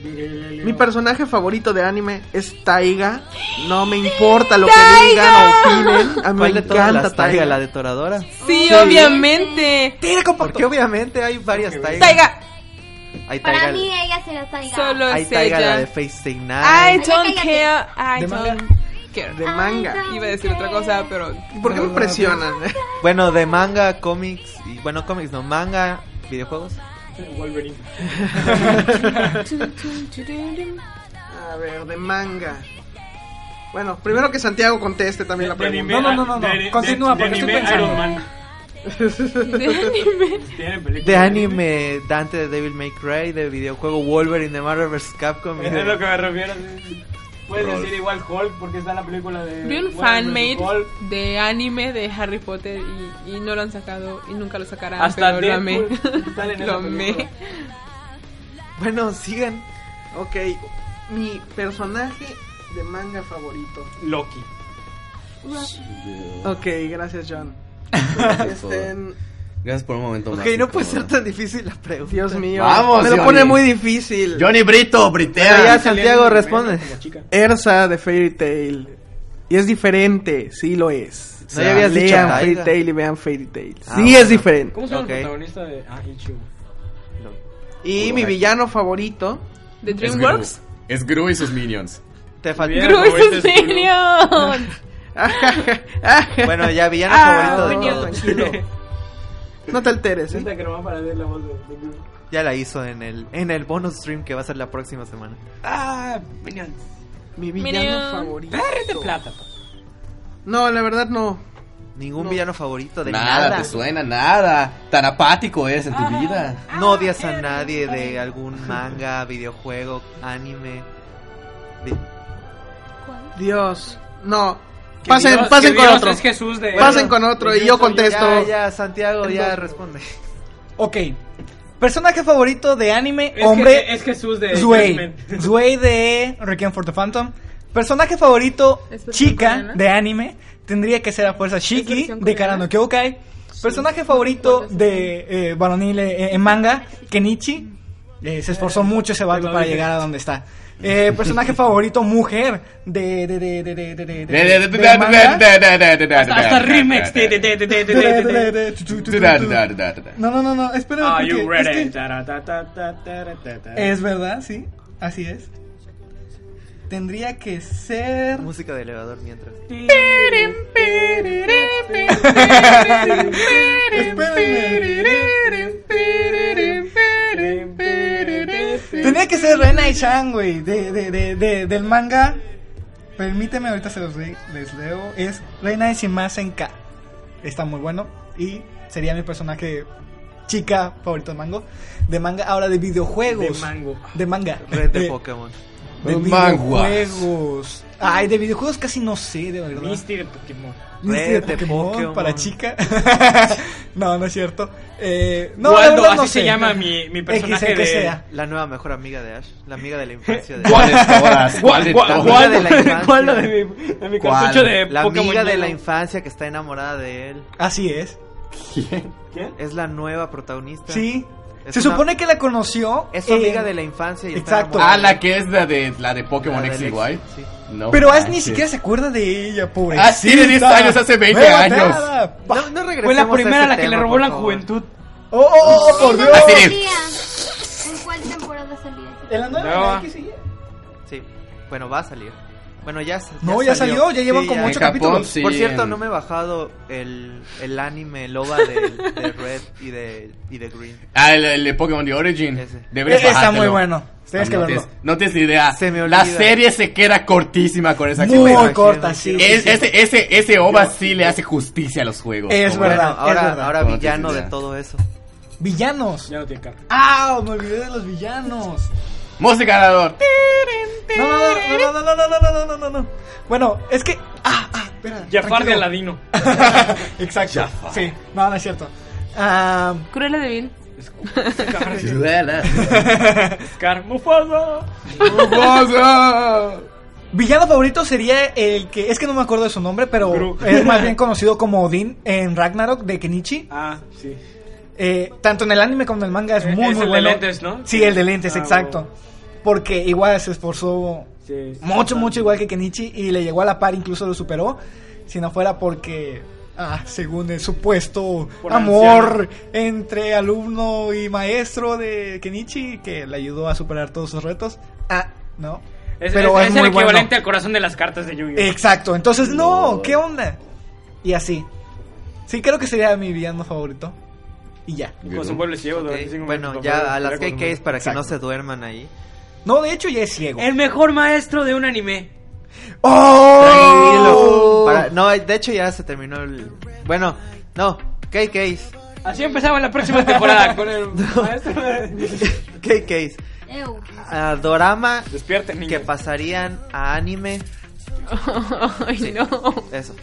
Speaker 2: Mi personaje favorito de anime es Taiga. No me importa lo que
Speaker 5: ¡Taiga!
Speaker 2: digan o opinen. A mí me
Speaker 6: ¿Cuál de todas
Speaker 2: encanta
Speaker 6: las
Speaker 2: Taiga.
Speaker 6: Taiga? ¿La detoradora?
Speaker 5: Sí, obviamente.
Speaker 6: Porque obviamente hay varias Taiga.
Speaker 5: Taiga,
Speaker 6: Hay
Speaker 7: Para
Speaker 6: Taiga,
Speaker 7: mí ella será Taiga.
Speaker 5: solo
Speaker 6: hay
Speaker 5: es
Speaker 6: Taiga la
Speaker 5: ella.
Speaker 6: de Face Day
Speaker 5: I
Speaker 6: Night.
Speaker 7: cállate.
Speaker 5: don't care, I
Speaker 4: De manga.
Speaker 5: don't care.
Speaker 2: De manga.
Speaker 5: Iba a decir otra cosa, pero
Speaker 2: ¿Por qué me presionan?
Speaker 6: Bueno, de manga, cómics. Y, bueno, cómics no, manga, videojuegos.
Speaker 3: Wolverine.
Speaker 2: A ver, de manga. Bueno, primero que Santiago conteste también la
Speaker 8: De anime,
Speaker 2: pregunta.
Speaker 4: No, no, no, no, no.
Speaker 8: de- de-
Speaker 4: Continúa,
Speaker 8: de
Speaker 4: porque estoy
Speaker 8: anime,
Speaker 4: pensando.
Speaker 8: Iron Man.
Speaker 5: de anime.
Speaker 8: Tienen películas.
Speaker 6: De anime, Dante de Devil May Cry. De videojuego, Wolverine de Marvel vs. Capcom. y
Speaker 3: Eso
Speaker 6: de-
Speaker 3: es lo que me refiero. sí. Puedes decir igual Hulk porque está en la película de.
Speaker 5: Vi un fanmade
Speaker 3: Wolverine Hulk.
Speaker 5: de anime de Harry Potter y, y no lo han sacado y nunca lo sacarán.
Speaker 3: Hasta
Speaker 5: pero lo amé.
Speaker 3: Deadpool sale en esa
Speaker 5: Lo amé.
Speaker 3: película.
Speaker 6: Bueno, sigan.
Speaker 2: Ok, mi personaje de manga favorito.
Speaker 3: Loki.
Speaker 2: Ok, gracias, John. Este,
Speaker 1: Gracias por un momento
Speaker 6: Ok,
Speaker 1: más.
Speaker 6: no puede ser
Speaker 1: incómodo.
Speaker 6: tan difícil la pregunta.
Speaker 2: Dios mío.
Speaker 1: Vamos,
Speaker 2: me lo
Speaker 1: Johnny.
Speaker 2: pone muy difícil.
Speaker 1: Johnny Brito,
Speaker 6: Pero ya
Speaker 1: Britea.
Speaker 6: Santiago responde.
Speaker 3: Como chica.
Speaker 2: Ersa de Fairy Tail. Y es diferente, sí lo es.
Speaker 6: No, ya habías
Speaker 2: lean
Speaker 6: dicho
Speaker 2: Fairy
Speaker 6: Taiga.
Speaker 2: Tail y vean Fairy Tail.
Speaker 6: Ah,
Speaker 2: sí
Speaker 6: bueno.
Speaker 2: es diferente.
Speaker 3: ¿Cómo se llama
Speaker 6: Ok.
Speaker 3: el protagonista de. Ah, Ichigo.
Speaker 2: Y mi villano favorito.
Speaker 5: ¿De
Speaker 1: Es
Speaker 5: DreamWorks?
Speaker 1: Gru. Es Gru y sus minions.
Speaker 6: Te faltó.
Speaker 3: Bien.
Speaker 5: ¡Gru y sus
Speaker 3: Favorito es Gru.
Speaker 5: minions!
Speaker 6: Bueno, ya villano
Speaker 2: Ah,
Speaker 6: favorito de
Speaker 2: bueno,
Speaker 6: todos.
Speaker 2: tranquilo. No te alteres, ¿eh?
Speaker 3: Sienta que no van para ver la voz de, de Groot.
Speaker 6: Ya la hizo en el en el bonus stream que va a ser la próxima semana.
Speaker 3: Ah, Minions.
Speaker 2: Mi villano
Speaker 5: Minion.
Speaker 2: favorito.
Speaker 3: Perros de plata. pues. papá.
Speaker 2: No, la verdad no.
Speaker 6: Ningún
Speaker 2: No.
Speaker 6: villano favorito de
Speaker 1: Nada,
Speaker 6: nada.
Speaker 1: te suena, nada. Tan apático es en tu vida.
Speaker 6: No odias a nadie de algún manga, videojuego, anime. Vi-
Speaker 2: Dios. No.
Speaker 3: Que
Speaker 2: Pasen,
Speaker 3: Dios-
Speaker 2: pasen
Speaker 3: que
Speaker 2: con
Speaker 3: Dios
Speaker 2: otro.
Speaker 3: Es Jesús de.
Speaker 2: Pasen con otro y yo contesto.
Speaker 6: Ya, ya, Santiago, ya responde.
Speaker 4: Ok. Personaje favorito de anime,
Speaker 3: Es
Speaker 4: hombre.
Speaker 3: que- es Jesús de.
Speaker 4: Zway.
Speaker 3: X-Men.
Speaker 4: Zway de Requiem for the Phantom. Personaje favorito
Speaker 5: ¿Es versión
Speaker 4: chica
Speaker 5: coreana?
Speaker 4: de anime. Tendría que ser a fuerza Shiki
Speaker 5: versión
Speaker 4: de
Speaker 5: coreana?
Speaker 4: Karano Kyokai. Personaje favorito de eh, varonil eh, en manga, Kenichi. Eh, se esforzó mucho ese vato para llegar a donde está. Eh, personaje favorito mujer de de de de de de de de de de manga.
Speaker 3: Hasta, hasta remix de. de, de, de, de, de, de, de, de.
Speaker 4: No, no, no, no, espera.
Speaker 3: Are
Speaker 4: porque
Speaker 3: you
Speaker 4: es
Speaker 3: ready?
Speaker 4: que- Es verdad, sí. Así es. Tendría que ser.
Speaker 6: Música de elevador mientras.
Speaker 4: Tenía que ser Rena y Chan, güey. De, de, de, de- del manga. Permíteme, ahorita se los le- les leo. Es Reina y Shimasen K. Está muy bueno. Y sería mi personaje chica favorito de mango. De manga, ahora de videojuegos.
Speaker 3: De mango.
Speaker 4: De manga.
Speaker 6: Red de
Speaker 4: De-
Speaker 6: Pokémon.
Speaker 4: De
Speaker 1: Manguas.
Speaker 4: videojuegos. Ay, de videojuegos casi no sé, de verdad.
Speaker 3: Misty de Pokémon.
Speaker 4: Viste de
Speaker 6: Vete,
Speaker 4: Pokémon,
Speaker 6: Pokémon.
Speaker 4: para chica. no, no es cierto. Eh, no, la
Speaker 3: Waldo,
Speaker 4: verdad no
Speaker 3: así
Speaker 4: sé.
Speaker 3: se llama mi, mi personaje
Speaker 4: X, el que
Speaker 3: de...
Speaker 4: sea.
Speaker 6: La nueva mejor amiga de Ash. La amiga de la infancia de Ash.
Speaker 1: ¿Cuáles horas? ¿Cuál de
Speaker 3: Gua-
Speaker 1: todas?
Speaker 6: Waldo.
Speaker 3: Waldo,
Speaker 6: de la infancia.
Speaker 3: Waldo de mi, de mi
Speaker 1: ¿Cuál?
Speaker 3: cartucho de
Speaker 6: La
Speaker 3: Pokémon.
Speaker 6: amiga de la
Speaker 3: Yellow.
Speaker 6: infancia que está enamorada de él.
Speaker 4: Así es.
Speaker 6: Es la nueva protagonista.
Speaker 4: Sí.
Speaker 6: Es
Speaker 4: se
Speaker 6: una-
Speaker 4: supone que la conoció.
Speaker 6: Es su amiga
Speaker 4: en-
Speaker 6: de la infancia y
Speaker 4: Exacto.
Speaker 1: Ah, la que es la de, la de Pokémon X y Y.
Speaker 6: Sí.
Speaker 1: Ah, No
Speaker 4: Pero Ash ni
Speaker 1: manches.
Speaker 4: siquiera se acuerda de ella, pobre.
Speaker 1: Ah, sí, de 10 años, hace 20 años.
Speaker 6: No, no regresemos
Speaker 3: Fue la
Speaker 6: a
Speaker 3: primera
Speaker 6: ese
Speaker 3: a la que
Speaker 6: tema,
Speaker 3: le robó
Speaker 6: por
Speaker 3: la
Speaker 6: favor.
Speaker 3: juventud.
Speaker 4: Oh, oh, oh, por Dios.
Speaker 1: Así de-
Speaker 7: Salía. ¿En cuál temporada salía?
Speaker 4: En la nueva,
Speaker 3: No.
Speaker 4: en la que sigue.
Speaker 6: Sí. Bueno, va a salir. Bueno, ya sa-
Speaker 4: No, ya salió, ya llevan como
Speaker 1: En
Speaker 4: ocho
Speaker 1: Japón,
Speaker 4: capítulos.
Speaker 1: sí,
Speaker 6: Por cierto,
Speaker 1: en-
Speaker 6: no me he bajado el, el anime Loba de, de Red y de, y de Green.
Speaker 1: Ah, el, el de Pokémon The Origin.
Speaker 6: Ese.
Speaker 1: Deberías
Speaker 4: Eh, está
Speaker 1: bajártelo.
Speaker 4: muy bueno. Tienes que
Speaker 1: Ah, no
Speaker 4: verlo.
Speaker 1: tienes- no tienes idea.
Speaker 6: Se me
Speaker 1: la
Speaker 6: olvida.
Speaker 1: serie se queda cortísima con esa
Speaker 4: Muy
Speaker 1: cosa.
Speaker 4: corta, sí. sí,
Speaker 1: Es-
Speaker 4: sí.
Speaker 1: Ese, ese, ese OVA sí le hace justicia a los juegos.
Speaker 4: Es
Speaker 1: Como-
Speaker 4: verdad.
Speaker 6: Bueno, ahora,
Speaker 4: es verdad.
Speaker 6: ahora
Speaker 1: No tienes
Speaker 6: villano de
Speaker 1: idea.
Speaker 6: todo eso.
Speaker 4: Villanos.
Speaker 3: Ya no tiene carta.
Speaker 4: ¡Ah! Me olvidé de los villanos.
Speaker 1: Música ganador.
Speaker 4: No, no, no, no, no, no, no, no, no, no, no. Bueno, es que. Ah, ah, espera.
Speaker 3: Jafar de
Speaker 4: tranquilo.
Speaker 3: Aladino.
Speaker 4: Exacto. Sí, no, no es cierto. Ah,
Speaker 5: Cruella de Vil.
Speaker 3: Scar Mufasa.
Speaker 4: villano favorito sería el que. Es que no me acuerdo de su nombre, pero
Speaker 3: Gru.
Speaker 4: es más bien conocido como Odín en Ragnarok de Kenichi.
Speaker 3: Ah, sí.
Speaker 4: eh, tanto en el anime como en el manga es
Speaker 3: Eh,
Speaker 4: muy,
Speaker 3: es
Speaker 4: muy
Speaker 3: el de
Speaker 4: bueno.
Speaker 3: lentes, ¿no?
Speaker 4: Sí, el de lentes,
Speaker 3: Ah,
Speaker 4: exacto. Porque igual se esforzó
Speaker 3: Sí.
Speaker 4: mucho, mucho igual que Kenichi y le llegó a la par, incluso lo superó. Si no fuera porque, ah, según el supuesto
Speaker 3: Por
Speaker 4: amor entre alumno y maestro de Kenichi, que le ayudó a superar todos sus retos. Ah, no.
Speaker 3: Es,
Speaker 4: Pero
Speaker 3: es-
Speaker 4: es
Speaker 3: es el
Speaker 4: muy bueno.
Speaker 3: equivalente al corazón de las cartas de Yu-Gi-Oh!
Speaker 4: Exacto, entonces no, ¿qué onda? Y así. Sí, creo que sería mi villano favorito. Y ya.
Speaker 3: Con su pueblo ciego durante cinco
Speaker 6: Bueno,
Speaker 3: minutos,
Speaker 6: ya
Speaker 3: papá,
Speaker 6: a las
Speaker 3: con-
Speaker 6: KKs para que no
Speaker 4: Exacto.
Speaker 6: se duerman ahí.
Speaker 4: No, de hecho ya es ciego.
Speaker 3: El mejor maestro de un anime.
Speaker 6: Tranquilo.
Speaker 4: ¡Oh!
Speaker 6: Para- no, de hecho ya se terminó el. Bueno, no, KKs.
Speaker 3: Así empezaba la próxima temporada con el maestro de...
Speaker 6: KKs.
Speaker 7: Ew.
Speaker 6: A dorama
Speaker 3: Despierten,
Speaker 6: que
Speaker 3: niños.
Speaker 6: pasarían a anime.
Speaker 5: Ay, no.
Speaker 6: Eso.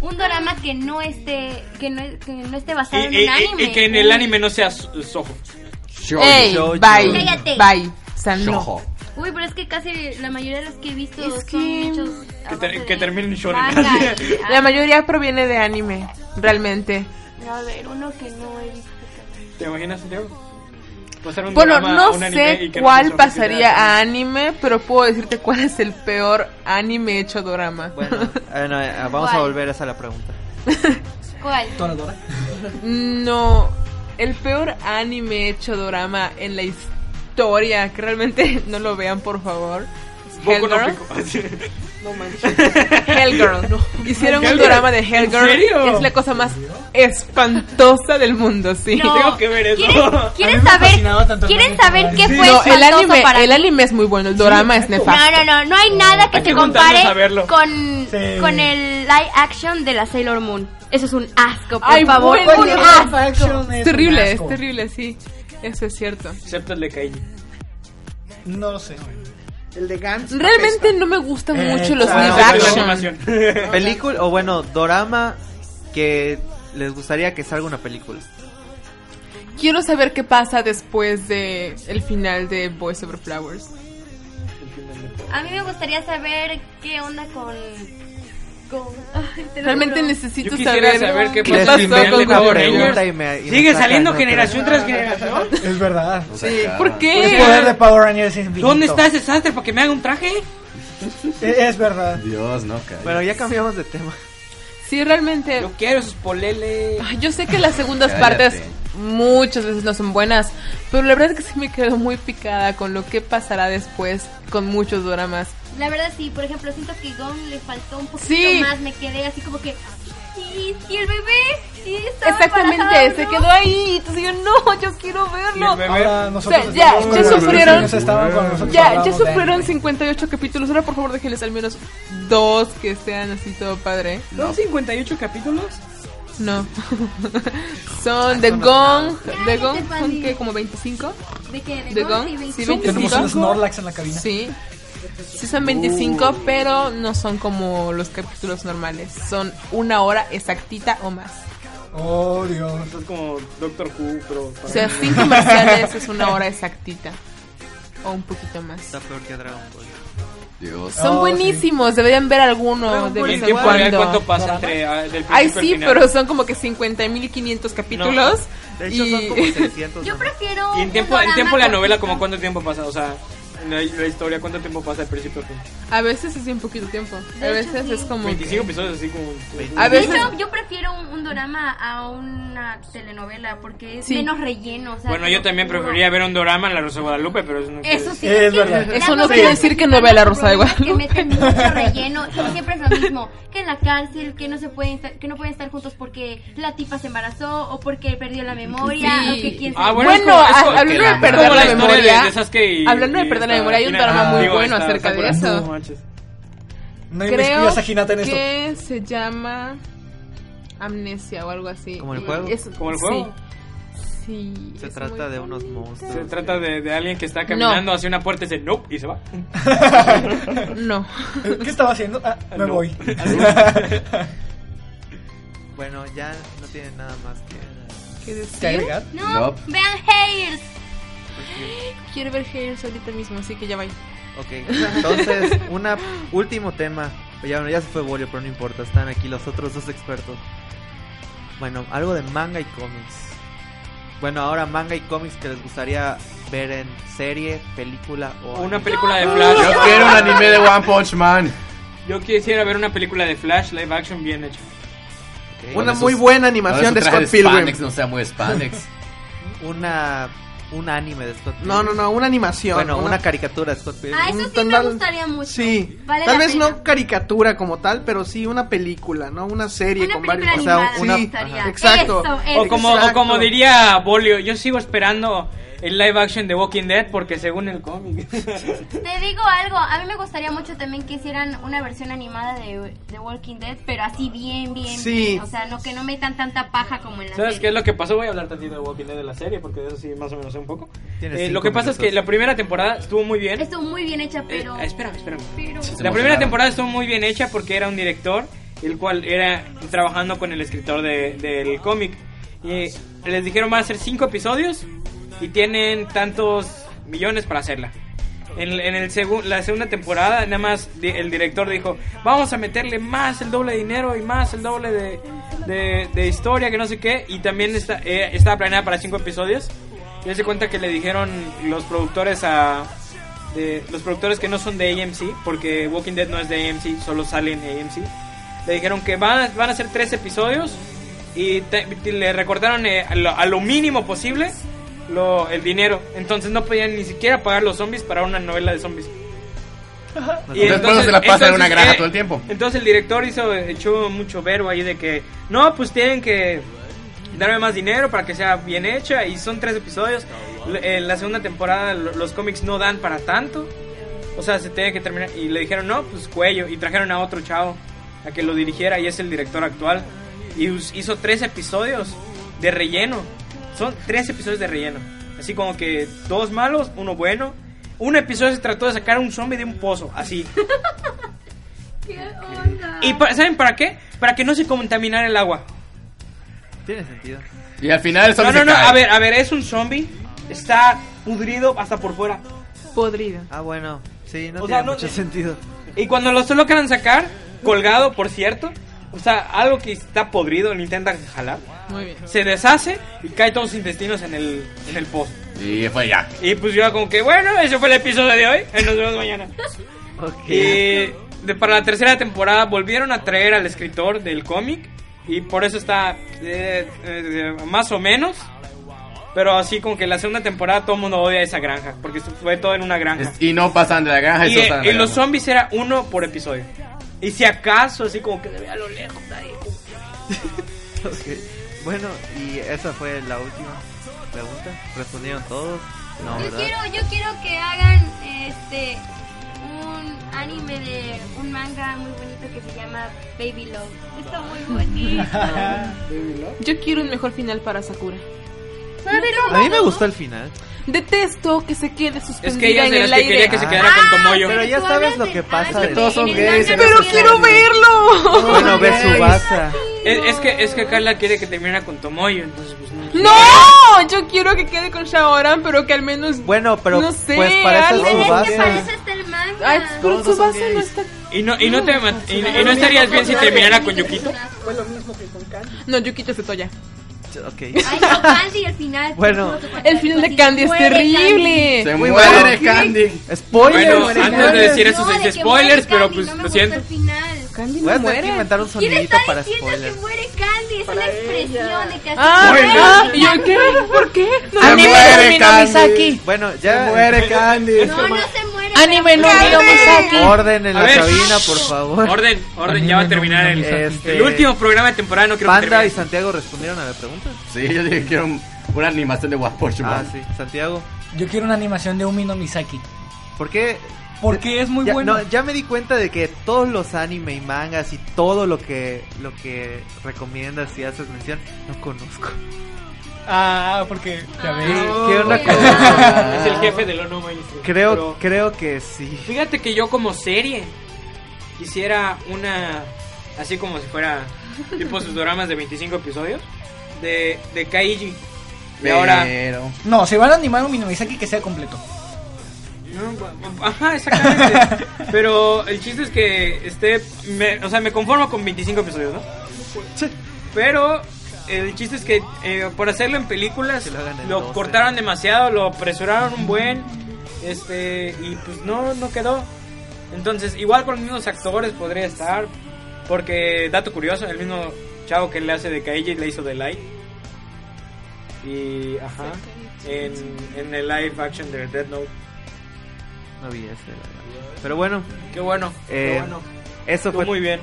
Speaker 7: Un drama que no esté, que no, que no esté basado
Speaker 3: Y, y-
Speaker 7: en un anime.
Speaker 3: y- y que en el anime no sea so- sojo.
Speaker 5: Ey,
Speaker 6: Shoujo.
Speaker 5: bye.
Speaker 7: Cállate.
Speaker 5: Bye. O sea, no.
Speaker 7: Uy, pero es que casi la mayoría de los que he visto
Speaker 5: Es
Speaker 7: son
Speaker 5: que-
Speaker 7: hechos a
Speaker 3: Que,
Speaker 7: base
Speaker 3: ter-
Speaker 7: de
Speaker 3: que termine en shonen
Speaker 7: manga
Speaker 3: casi.
Speaker 7: y-
Speaker 5: La mayoría proviene de anime, realmente.
Speaker 7: A ver, uno que no he visto.
Speaker 3: ¿Te imaginas, Santiago? Pasar un
Speaker 5: Bueno,
Speaker 3: drama,
Speaker 5: no
Speaker 3: un anime y
Speaker 5: sé
Speaker 3: que no
Speaker 5: cuál
Speaker 3: se
Speaker 5: pasaría
Speaker 3: sorprenda.
Speaker 5: a anime, pero puedo decirte cuál es el peor anime hecho dorama.
Speaker 6: Bueno, eh, no, eh, vamos a
Speaker 7: ¿Cuál?
Speaker 6: volver a esa la pregunta.
Speaker 7: ¿Cuál?
Speaker 4: Toradora.
Speaker 5: No, el peor anime hecho dorama en la historia, que realmente no lo vean, por favor. es
Speaker 3: Boku no
Speaker 5: Hellgirl.
Speaker 3: Pico. Así.
Speaker 2: No manches.
Speaker 5: Hellgirl. Hicieron un
Speaker 3: Hellgirl.
Speaker 5: dorama de
Speaker 3: ¿En
Speaker 5: Hellgirl.
Speaker 3: serio?
Speaker 5: Es la cosa más espantosa del mundo, sí.
Speaker 7: No.
Speaker 3: Tengo que ver eso.
Speaker 7: ¿Quieren,
Speaker 4: A
Speaker 7: quieren
Speaker 4: mí me fascinaba
Speaker 7: saber,
Speaker 4: tanto el
Speaker 7: ¿quieren
Speaker 4: manga
Speaker 7: saber
Speaker 4: que
Speaker 7: qué
Speaker 4: era.
Speaker 7: fue
Speaker 5: No, el
Speaker 7: espantoso
Speaker 5: anime,
Speaker 7: para
Speaker 5: el
Speaker 7: mí?
Speaker 5: anime es muy bueno, el dorama es nefasto.
Speaker 7: No, no, no, no hay nada que
Speaker 3: Oh. Hay que
Speaker 7: se
Speaker 3: juntarnos
Speaker 7: compare
Speaker 3: a verlo.
Speaker 7: con,
Speaker 4: Sí.
Speaker 7: con el live action de la Sailor Moon. Eso es un asco, por
Speaker 5: Ay,
Speaker 7: favor.
Speaker 5: bueno,
Speaker 7: un
Speaker 5: no,
Speaker 7: asco.
Speaker 5: Es terrible, es terrible, sí. Eso es cierto.
Speaker 3: Excepto el de Kaiji.
Speaker 4: No lo sé.
Speaker 2: El de Gantz.
Speaker 5: Realmente no me gustan
Speaker 4: Eh,
Speaker 5: mucho los
Speaker 4: claro,
Speaker 5: live
Speaker 3: Ah,
Speaker 6: no,
Speaker 3: la
Speaker 5: action.
Speaker 3: animación.
Speaker 6: Película, o bueno, dorama que les gustaría que salga una película.
Speaker 5: Quiero saber qué pasa después de el final de Voice Over Flowers.
Speaker 7: A mí me gustaría saber qué onda con. con- Ay, te lo
Speaker 5: Realmente
Speaker 7: juro.
Speaker 5: necesito
Speaker 3: Yo quisiera saber qué
Speaker 6: Les
Speaker 3: pasó
Speaker 6: inventé
Speaker 3: con
Speaker 6: una
Speaker 3: Power
Speaker 6: pregunta
Speaker 3: Rangers?
Speaker 6: y me- y me
Speaker 3: Sigue
Speaker 6: sacan
Speaker 3: saliendo
Speaker 6: otra.
Speaker 3: generación tras generación.
Speaker 4: Es verdad.
Speaker 1: Sí,
Speaker 5: ¿Por
Speaker 4: El poder de
Speaker 5: qué?
Speaker 4: Power Rangers es infinito.
Speaker 3: ¿Dónde está ese sastre para que me haga un traje?
Speaker 4: E- Es verdad.
Speaker 1: Dios, no, cae.
Speaker 6: Bueno, ya cambiamos de tema.
Speaker 5: Sí, realmente.
Speaker 3: Yo quiero esos poleles.
Speaker 5: Ay, Yo sé que las segundas
Speaker 1: Cállate.
Speaker 5: partes muchas veces no son buenas, pero la verdad es que sí me quedo muy picada con lo que pasará después con muchos doramas.
Speaker 7: La verdad, sí, por ejemplo, siento que Gon le faltó un poquito
Speaker 5: Sí.
Speaker 7: más. Me quedé así como que. Sí, sí, el bebé. Sí, estaba
Speaker 5: Exactamente,
Speaker 7: embarazada,
Speaker 5: se
Speaker 7: ¿no?
Speaker 5: quedó ahí. Entonces yo, no, yo quiero verlo.
Speaker 4: Ahora nosotros
Speaker 5: O sea, ya-
Speaker 4: estamos con
Speaker 5: ya
Speaker 4: los
Speaker 5: sufrieron.
Speaker 4: niños, estaban con nosotros,
Speaker 5: Ya, ya
Speaker 4: hablábamos de
Speaker 5: sufrieron
Speaker 4: anime.
Speaker 5: 58 capítulos. Ahora, por favor, déjenles al menos dos que sean así todo padre.
Speaker 3: ¿Son 58 capítulos?
Speaker 5: No. Son The Gong. The Gong son que como 25.
Speaker 7: ¿De qué?
Speaker 5: ¿De
Speaker 7: ¿De
Speaker 5: Gon?
Speaker 7: Gon? Sí,
Speaker 5: Sí,
Speaker 7: 25.
Speaker 4: Tenemos un Snorlax en la cabina. Uh.
Speaker 5: Sí. Sí son 25, pero no son como los capítulos normales. Son una hora exactita o más.
Speaker 4: Oh, Dios.
Speaker 3: Es como Doctor Who, pero... para
Speaker 5: O sea, ¿eh?
Speaker 3: mí.
Speaker 5: sin comerciales es una hora exactita. O un poquito más.
Speaker 6: Está peor que Dragon Ball.
Speaker 1: Dios.
Speaker 5: Son
Speaker 4: Oh,
Speaker 5: buenísimos, deberían ver alguno de
Speaker 3: El
Speaker 5: vez en
Speaker 3: tiempo real,
Speaker 5: cuando.
Speaker 3: ¿cuánto pasa entre ah, del
Speaker 5: Ay,
Speaker 3: principio al
Speaker 5: sí,
Speaker 3: final?
Speaker 5: pero son como que 50.500 capítulos.
Speaker 6: De hecho,
Speaker 5: y...
Speaker 6: son como 600.
Speaker 7: Yo
Speaker 6: nomás.
Speaker 7: prefiero.
Speaker 3: Y en tiempo,
Speaker 7: un
Speaker 3: en tiempo de la
Speaker 7: drama
Speaker 3: novela,
Speaker 7: cortito.
Speaker 3: como cuánto tiempo pasa, o sea, en la, la historia, cuánto tiempo pasa al principio. al final?
Speaker 5: A veces es bien poquito tiempo.
Speaker 7: De
Speaker 5: a
Speaker 7: hecho,
Speaker 5: veces
Speaker 7: sí.
Speaker 5: es como.
Speaker 3: 25 episodios así como...
Speaker 5: A
Speaker 7: De
Speaker 5: veces.
Speaker 7: hecho, yo prefiero un, un drama a una telenovela porque es
Speaker 5: Sí.
Speaker 7: menos relleno. o sea,
Speaker 3: Bueno,
Speaker 7: te
Speaker 3: yo
Speaker 7: lo
Speaker 3: también
Speaker 7: juro.
Speaker 3: preferiría ver un dorama en La Rosa de Guadalupe, pero eso no quiere
Speaker 7: Eso
Speaker 3: decir-
Speaker 7: sí.
Speaker 4: Es
Speaker 7: que
Speaker 4: verdad.
Speaker 7: las
Speaker 5: Eso no
Speaker 7: novelas
Speaker 5: quiere decir que no
Speaker 7: mexicanas
Speaker 5: vea La Rosa de
Speaker 7: problemas que
Speaker 5: Guadalupe.
Speaker 7: meten mucho relleno y siempre es lo mismo. Que en la cárcel, que no se pueden estar, que no pueden estar juntos porque la tipa se embarazó o porque perdió la memoria
Speaker 5: Sí.
Speaker 7: o que quién
Speaker 3: Ah,
Speaker 7: sabe.
Speaker 3: bueno,
Speaker 5: Bueno,
Speaker 3: es como- es
Speaker 5: a-
Speaker 3: como-
Speaker 5: hablando
Speaker 3: es
Speaker 5: de
Speaker 3: como
Speaker 5: perder
Speaker 3: la
Speaker 5: la
Speaker 3: historia de-
Speaker 5: memoria.
Speaker 3: de Sasuke y-
Speaker 5: Hablando de
Speaker 3: y
Speaker 5: perder la
Speaker 3: esta-
Speaker 5: memoria, hay un
Speaker 3: Hinata.
Speaker 5: drama muy
Speaker 3: ah, Digo,
Speaker 5: bueno
Speaker 3: esta
Speaker 5: acerca de
Speaker 3: Sakura.
Speaker 5: eso.
Speaker 3: No manches.
Speaker 4: No
Speaker 5: Creo
Speaker 4: inmiscuyas a Hinata en esto.
Speaker 5: que se llama Amnesia o algo así.
Speaker 6: ¿Como el
Speaker 5: Y
Speaker 6: juego?
Speaker 5: es-
Speaker 3: ¿Como el juego?
Speaker 5: Sí. sí,
Speaker 6: Se
Speaker 5: es
Speaker 6: trata
Speaker 5: muy
Speaker 6: de unos
Speaker 5: bonito.
Speaker 6: monstruos.
Speaker 3: Se trata de, de alguien que está caminando hacia una puerta y dice, nope, y se va.
Speaker 5: No.
Speaker 4: ¿Qué estaba haciendo? Ah, me
Speaker 3: No.
Speaker 4: voy.
Speaker 6: Bueno, ya no tienen nada más que.
Speaker 5: ¿Qué
Speaker 4: ¿Qué
Speaker 5: decir?
Speaker 4: agregar?
Speaker 7: No,
Speaker 1: No.
Speaker 7: vean Hairs.
Speaker 5: Quiero ver Hairs ahorita mismo, así que ya va.
Speaker 6: Ok, entonces, una último tema. Ya, bueno, ya se fue Bolio, pero no importa, están aquí los otros dos expertos. Bueno, algo de manga y cómics. bueno, ahora manga y cómics que les gustaría ver en serie, película o
Speaker 3: Una
Speaker 6: anime.
Speaker 3: película de Flash.
Speaker 1: Yo quiero un anime de One Punch Man.
Speaker 3: Yo quisiera ver una película de Flash live action bien hecha.
Speaker 6: Ok.
Speaker 1: Con
Speaker 2: Una
Speaker 1: esos-
Speaker 2: muy buena
Speaker 1: Ahora
Speaker 2: animación
Speaker 1: su
Speaker 2: de
Speaker 1: traje
Speaker 2: Scott Pilgrim.
Speaker 1: spandex no sea muy spandex.
Speaker 6: una un anime de Scott.
Speaker 2: No, no, no, una animación.
Speaker 6: Bueno, una, caricatura de Scott Pilgrim.
Speaker 7: Ah, eso sí me
Speaker 2: Total-
Speaker 7: gustaría mucho.
Speaker 2: Sí,
Speaker 7: Vale
Speaker 2: tal
Speaker 7: la
Speaker 2: vez
Speaker 7: pena.
Speaker 2: no caricatura como tal, pero sí una película, ¿no? Una serie
Speaker 7: Una
Speaker 2: con
Speaker 7: película
Speaker 2: varios.
Speaker 6: O sea,
Speaker 7: animada
Speaker 6: una-
Speaker 7: me gustaría.
Speaker 2: ajá. Exacto.
Speaker 7: Eso, eso.
Speaker 3: O como, o
Speaker 2: Exacto.
Speaker 3: como diría Bolio, yo sigo esperando el live action de Walking Dead porque según el cómic.
Speaker 7: Te digo algo, a mí me gustaría mucho también que hicieran una versión animada de, de Walking Dead, pero así bien, bien,
Speaker 2: Sí.
Speaker 7: bien. O sea, no que no metan tanta paja como en la
Speaker 3: ¿Sabes qué
Speaker 7: serie.
Speaker 3: es lo que pasó? Voy a hablar tantito de Walking Dead de la serie porque de eso sí más o menos sé un poco.
Speaker 6: Tienes
Speaker 3: Eh,
Speaker 6: cinco
Speaker 3: lo que pasa es que
Speaker 6: minutos.
Speaker 3: la primera temporada estuvo muy bien.
Speaker 7: Estuvo muy bien hecha, pero...
Speaker 3: Eh, espérame, espérame.
Speaker 7: Pero...
Speaker 3: La primera temporada estuvo muy bien hecha porque era un director, el cual era trabajando con el escritor de- del cómic.
Speaker 6: Ah,
Speaker 3: Y les dijeron van a hacer cinco episodios y tienen tantos millones para hacerla. En, en el segun- la segunda temporada nada más di- el director dijo, vamos a meterle más el doble de dinero y más el doble de, de- de historia, que no sé qué. Y también está, eh, estaba planeada para cinco episodios. Y se cuenta que le dijeron los productores a, de los productores que no son de AMC, porque Walking Dead no es de AMC, solo sale en AMC, le dijeron que van a, van a hacer tres episodios y te- te- le recortaron eh, a, lo, a lo mínimo posible lo, el dinero. Entonces no podían ni siquiera pagar los zombies para una novela de zombies. Y
Speaker 1: Entonces, bueno, se la pasan en una granja
Speaker 3: eh,
Speaker 1: todo el tiempo.
Speaker 3: Entonces el director hizo, echó mucho verbo ahí de que, no, pues tienen que darme más dinero para que sea bien hecha y son tres episodios. Le- eh, La segunda temporada lo- los cómics no dan para tanto. O sea, se tiene que terminar. Y le dijeron, no, pues cuello. Y trajeron a otro chavo a que lo dirigiera y es el director actual. Y us- hizo tres episodios de relleno. Son tres episodios de relleno. Así como que dos malos, uno bueno. Un episodio se trató de sacar a un zombie de un pozo, así.
Speaker 7: ¿Qué onda?
Speaker 3: ¿Y pa- saben para qué? Para que no se contaminara el agua.
Speaker 6: Tiene sentido.
Speaker 1: Y al final el
Speaker 3: No,
Speaker 1: zombie
Speaker 3: no,
Speaker 1: se
Speaker 3: no,
Speaker 1: cae.
Speaker 3: a ver, a ver, es un zombie. Está pudrido hasta por fuera.
Speaker 5: Podrido.
Speaker 6: Ah, bueno, sí, no
Speaker 3: O sea,
Speaker 6: tiene
Speaker 3: no-
Speaker 6: mucho sentido.
Speaker 3: Y cuando lo logran sacar, colgado, por cierto, o sea, algo que está podrido, lo intentan jalar,
Speaker 5: Muy bien.
Speaker 3: se deshace y cae todos sus intestinos en el, en el pozo.
Speaker 1: Y fue ya.
Speaker 3: Y pues yo como que, bueno, ese fue el episodio de hoy, eh, nos vemos mañana.
Speaker 6: Ok.
Speaker 3: Y de- para la tercera temporada volvieron a traer al escritor del cómic y por eso está eh, eh, más o menos. Pero así como que la segunda temporada todo el mundo odia esa granja, porque fue todo en una granja.
Speaker 1: Es- Y no pasan de la granja y,
Speaker 3: Y,
Speaker 1: todos están en
Speaker 3: eh,
Speaker 1: la
Speaker 3: y los
Speaker 1: granja.
Speaker 3: zombies era uno por episodio. Y si acaso, así como que se ve a lo lejos. ahí.
Speaker 6: Ok. Bueno, y esa fue la última pregunta. ¿Respondieron todos? No,
Speaker 7: Yo
Speaker 6: ¿verdad?
Speaker 7: quiero, yo quiero que hagan este un anime de un manga muy bonito que se llama Baby Love. Está muy bonito.
Speaker 5: Yo quiero un mejor final para Sakura.
Speaker 6: A mí me gustó el final.
Speaker 5: Detesto que se quede
Speaker 3: Es
Speaker 5: suspendida
Speaker 3: que ella
Speaker 5: en
Speaker 3: de las
Speaker 5: el
Speaker 3: que quería
Speaker 5: aire. Ah,
Speaker 3: que se quedara con Tomoyo.
Speaker 6: Pero ya
Speaker 7: tú
Speaker 6: sabes
Speaker 7: hablas
Speaker 6: lo
Speaker 7: de-
Speaker 6: que pasa.
Speaker 7: hablas
Speaker 6: Que
Speaker 1: todos
Speaker 7: de-
Speaker 1: son
Speaker 7: en el
Speaker 1: gays,
Speaker 7: manga
Speaker 1: pero
Speaker 7: no se
Speaker 5: quiero
Speaker 7: habla de-
Speaker 5: verlo.
Speaker 6: Bueno, ver su baza.
Speaker 3: Es, es que, es que Carla quiere que terminara con Tomoyo, entonces pues no.
Speaker 5: No, yo quiero que quede con Shaoran, pero que al menos
Speaker 6: Bueno, pero
Speaker 5: No sé,
Speaker 6: pues para eso
Speaker 5: alguien-
Speaker 6: es su
Speaker 7: Pero es que para
Speaker 6: baza.
Speaker 7: eso está el manga.
Speaker 5: Ay, pero
Speaker 6: Todos
Speaker 5: su
Speaker 6: son
Speaker 5: base no
Speaker 6: gays.
Speaker 5: está.
Speaker 3: Y no, y no, te, mat- y, y no estarías bien si terminara con Yukito.
Speaker 2: Fue lo mismo que con Khan.
Speaker 5: pues, No, Yukito se toya.
Speaker 6: Ok.
Speaker 7: Ay, no, Candy al final.
Speaker 6: Bueno.
Speaker 5: El final de Candy es
Speaker 7: Muere Candy.
Speaker 5: terrible.
Speaker 1: Se
Speaker 6: Muy
Speaker 1: muere
Speaker 6: bueno.
Speaker 1: Candy.
Speaker 6: Spoiler.
Speaker 3: Bueno, antes de decir eso,
Speaker 7: No, de
Speaker 3: seis
Speaker 7: que muere
Speaker 3: spoilers, pero
Speaker 7: Candy,
Speaker 3: pues
Speaker 7: no me
Speaker 3: lo
Speaker 7: gustó
Speaker 3: siento.
Speaker 7: el final.
Speaker 5: Candy
Speaker 6: Voy
Speaker 5: no
Speaker 6: a tener que
Speaker 5: muere.
Speaker 6: inventar un
Speaker 7: ¿Quién
Speaker 6: sonidito
Speaker 7: está
Speaker 6: para
Speaker 7: diciendo
Speaker 6: spoilers.
Speaker 7: que muere Candy? Es una expresión de que así
Speaker 5: Ah,
Speaker 7: muere.
Speaker 5: ah, ¿y yo qué? ¿Por qué? No,
Speaker 1: Se
Speaker 5: anime
Speaker 1: muere Candy.
Speaker 6: Bueno,
Speaker 1: Se
Speaker 6: ya.
Speaker 1: muere Candy.
Speaker 7: No, no se muere.
Speaker 5: Anime no,
Speaker 7: Candy.
Speaker 5: no me saque.
Speaker 6: Orden en
Speaker 3: A
Speaker 6: la
Speaker 3: ver.
Speaker 6: cabina, por favor.
Speaker 3: Orden, orden, ya va a terminar el,
Speaker 6: Este-
Speaker 3: el último programa de temporada, no quiero que
Speaker 6: Panda y
Speaker 3: termine.
Speaker 6: Santiago respondieron a la pregunta.
Speaker 1: Sí, yo dije que era un- una animación de One Punch
Speaker 6: Ah,
Speaker 1: Man.
Speaker 6: sí. Santiago.
Speaker 4: Yo quiero una animación de Umi no Misaki.
Speaker 6: ¿Por qué?
Speaker 4: Porque es muy
Speaker 6: ya,
Speaker 4: bueno.
Speaker 6: no, ya me di cuenta de que todos los anime y mangas y todo lo que lo que recomiendas y haces mención no conozco.
Speaker 4: Ah, porque ya ves.
Speaker 6: Quiero una
Speaker 7: ok.
Speaker 6: cosa.
Speaker 3: Es el jefe del ONU maestro.
Speaker 6: Creo
Speaker 3: Pero-
Speaker 6: creo que sí.
Speaker 3: Fíjate que yo como serie quisiera una así como si fuera tipo sus dramas de 25 episodios de, de Kaiji. Y ahora
Speaker 4: eh,
Speaker 1: Pero-
Speaker 4: No, se van a animar Umi no Misaki que sea completo.
Speaker 3: no, bu- bu- ajá, exactamente. Pero el chiste es que esté me- o sea, me conformo con 25 episodios, ¿no? Pero el chiste es que eh, por hacerlo en películas
Speaker 6: lo hagan en
Speaker 3: lo
Speaker 6: 12.
Speaker 3: cortaron demasiado, lo apresuraron un buen, este y pues no no quedó. Entonces igual con los mismos actores podría estar, porque dato curioso, el mismo chavo que le hace de Kaiji le hizo de Light y ajá en, en el live action de Dead Note.
Speaker 6: No vi ese, la verdad. Pero bueno,
Speaker 3: Qué bueno, qué
Speaker 6: Eh,
Speaker 3: bueno.
Speaker 6: eso
Speaker 3: Estuvo
Speaker 6: fue
Speaker 3: muy bien.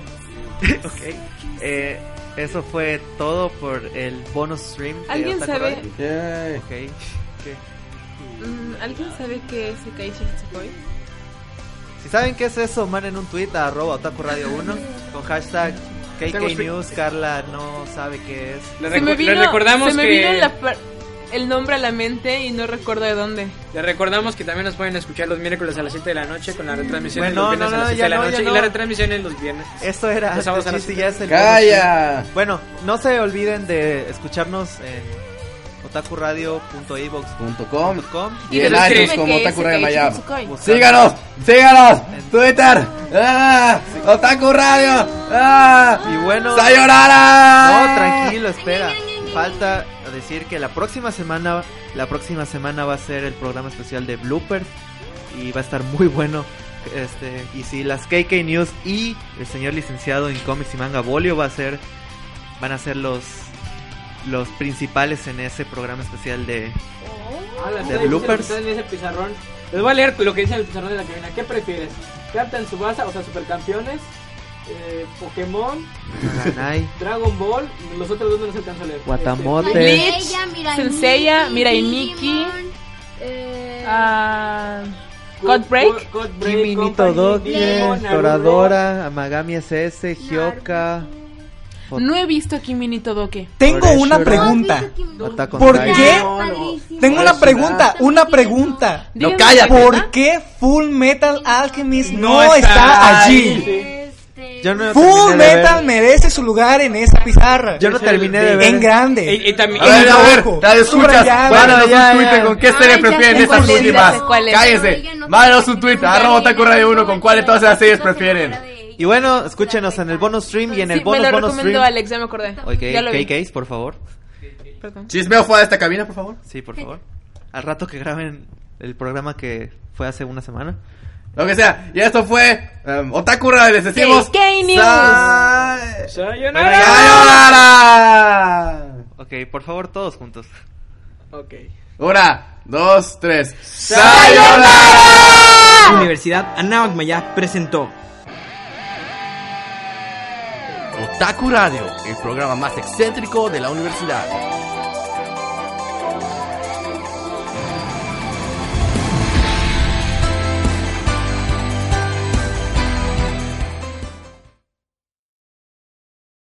Speaker 6: Ok. Eh, eso fue todo por el bonus stream. de
Speaker 5: ¿Alguien
Speaker 6: Otaku
Speaker 5: sabe?
Speaker 6: Radio.
Speaker 1: Yay.
Speaker 6: Ok. ¿Qué?
Speaker 5: Mm, ¿Alguien sabe qué es Sekaiichi Hatsukoi?
Speaker 6: Si saben qué es eso, manden un tweet a arroba otaku radio 1 con hashtag
Speaker 2: Tengo
Speaker 6: KK
Speaker 2: fri-
Speaker 6: News. Carla no sabe qué es.
Speaker 3: Le,
Speaker 5: Se me
Speaker 3: recu- le
Speaker 5: vino,
Speaker 3: recordamos
Speaker 5: se me
Speaker 3: que
Speaker 5: vino la par- el nombre a la mente y no recuerdo de dónde.
Speaker 3: le recordamos que también nos pueden escuchar los miércoles a las 7 de la noche con la retransmisión
Speaker 6: Bueno,
Speaker 3: los viernes
Speaker 6: no,
Speaker 3: a las
Speaker 6: no,
Speaker 3: 7 de
Speaker 6: ya
Speaker 3: la
Speaker 6: no,
Speaker 3: noche
Speaker 6: ya
Speaker 3: y
Speaker 6: no.
Speaker 3: la retransmisión en los viernes.
Speaker 6: Eso era.
Speaker 3: Los sábados a las
Speaker 6: chiste,
Speaker 3: siete.
Speaker 6: ya es el bonus stream.
Speaker 1: ¡Calla!
Speaker 6: Bueno, no se olviden de escucharnos en otakuradio.evox.com.
Speaker 1: Punto com. Y el
Speaker 5: Pero
Speaker 1: iTunes
Speaker 5: escríbeme
Speaker 1: como
Speaker 5: qué es
Speaker 1: Otaku Radio
Speaker 5: Sekaiichi
Speaker 1: Miami.
Speaker 5: Hatsukoi.
Speaker 1: Síganos, síganos, Twitter, ah, Otaku Radio, ah,
Speaker 6: Y bueno,
Speaker 1: Sayonara.
Speaker 6: No, tranquilo, espera. Falta decir que la próxima semana, la próxima semana va a ser el programa especial de bloopers y va a estar muy bueno. Este, y si las KK News y el señor licenciado en cómics y manga Bolio va a ser van a ser los los principales en ese programa especial de
Speaker 3: Ah,
Speaker 6: De bloopers.
Speaker 3: pizarrón. Les voy a leer lo que dice el pizarrón de la cabina. ¿Qué prefieres? ¿Captain Subasa, o sea, Supercampeones? eh, Pokémon,
Speaker 6: Nanai,
Speaker 3: Dragon Ball, los otros dos no los alcanzo a leer. Este,
Speaker 6: Guatamote.
Speaker 5: Bleach, Senseiya, Mirai Nikki, ah, God Break,
Speaker 6: Kimi Nito Doki, Toradora, Amagami SS, Hyoka,
Speaker 5: no he visto Kimi ni Todoke.
Speaker 4: Tengo
Speaker 6: Ahora
Speaker 4: una
Speaker 6: Shura.
Speaker 4: pregunta.
Speaker 6: Attack on
Speaker 4: ¿Por
Speaker 6: Titan.
Speaker 4: qué? Tengo
Speaker 1: Ahora
Speaker 4: una
Speaker 1: Shura.
Speaker 4: pregunta, una pregunta.
Speaker 5: Dígame,
Speaker 4: ¿Por qué Full Metal Alchemist
Speaker 3: No
Speaker 4: no,
Speaker 3: está
Speaker 4: está
Speaker 3: ahí.
Speaker 4: allí?
Speaker 5: Este,
Speaker 6: Yo no
Speaker 4: Full
Speaker 6: terminé de ver-
Speaker 4: Metal merece su lugar en esa pizarra.
Speaker 6: Yo no terminé de ver.
Speaker 4: en grande.
Speaker 3: Y, y también,
Speaker 1: A ver, a ver, la escuchas.
Speaker 4: Subrayado.
Speaker 1: Mándanos
Speaker 6: Ya,
Speaker 1: un tweet
Speaker 6: ya.
Speaker 1: con qué
Speaker 7: Ay,
Speaker 1: serie
Speaker 7: ya
Speaker 1: prefieren
Speaker 7: sé
Speaker 1: estas
Speaker 7: cuál es,
Speaker 5: ya
Speaker 1: últimas.
Speaker 5: sé cuál es.
Speaker 1: Cállense. Mándanos un tweet. Arroba Otaku Radio 1 con cuáles todas las series prefieren.
Speaker 6: Y bueno, escúchenos en el bonus stream y en el
Speaker 5: Sí, me
Speaker 6: bonus
Speaker 5: lo
Speaker 6: bonus
Speaker 5: recomendó
Speaker 6: stream.
Speaker 5: Alex, ya me acordé.
Speaker 6: Ok,
Speaker 5: ya lo vi.
Speaker 6: KKs, por favor.
Speaker 5: Perdón.
Speaker 1: Chismeo fuera de esta cabina, por favor.
Speaker 6: Sí, por favor. Al rato que graben el programa que fue hace una semana.
Speaker 1: Lo que sea. Y esto fue em, Otaku Radio. Les decimos.
Speaker 5: KK News.
Speaker 1: Sa-
Speaker 3: Sayonara.
Speaker 1: ¡Sayonara!
Speaker 6: Ok, por favor, todos juntos.
Speaker 3: Ok.
Speaker 1: Una, dos, tres. ¡Sayonara!
Speaker 3: Universidad Anáhuac Mayá presentó
Speaker 1: Otaku Radio, el programa más excéntrico de la universidad.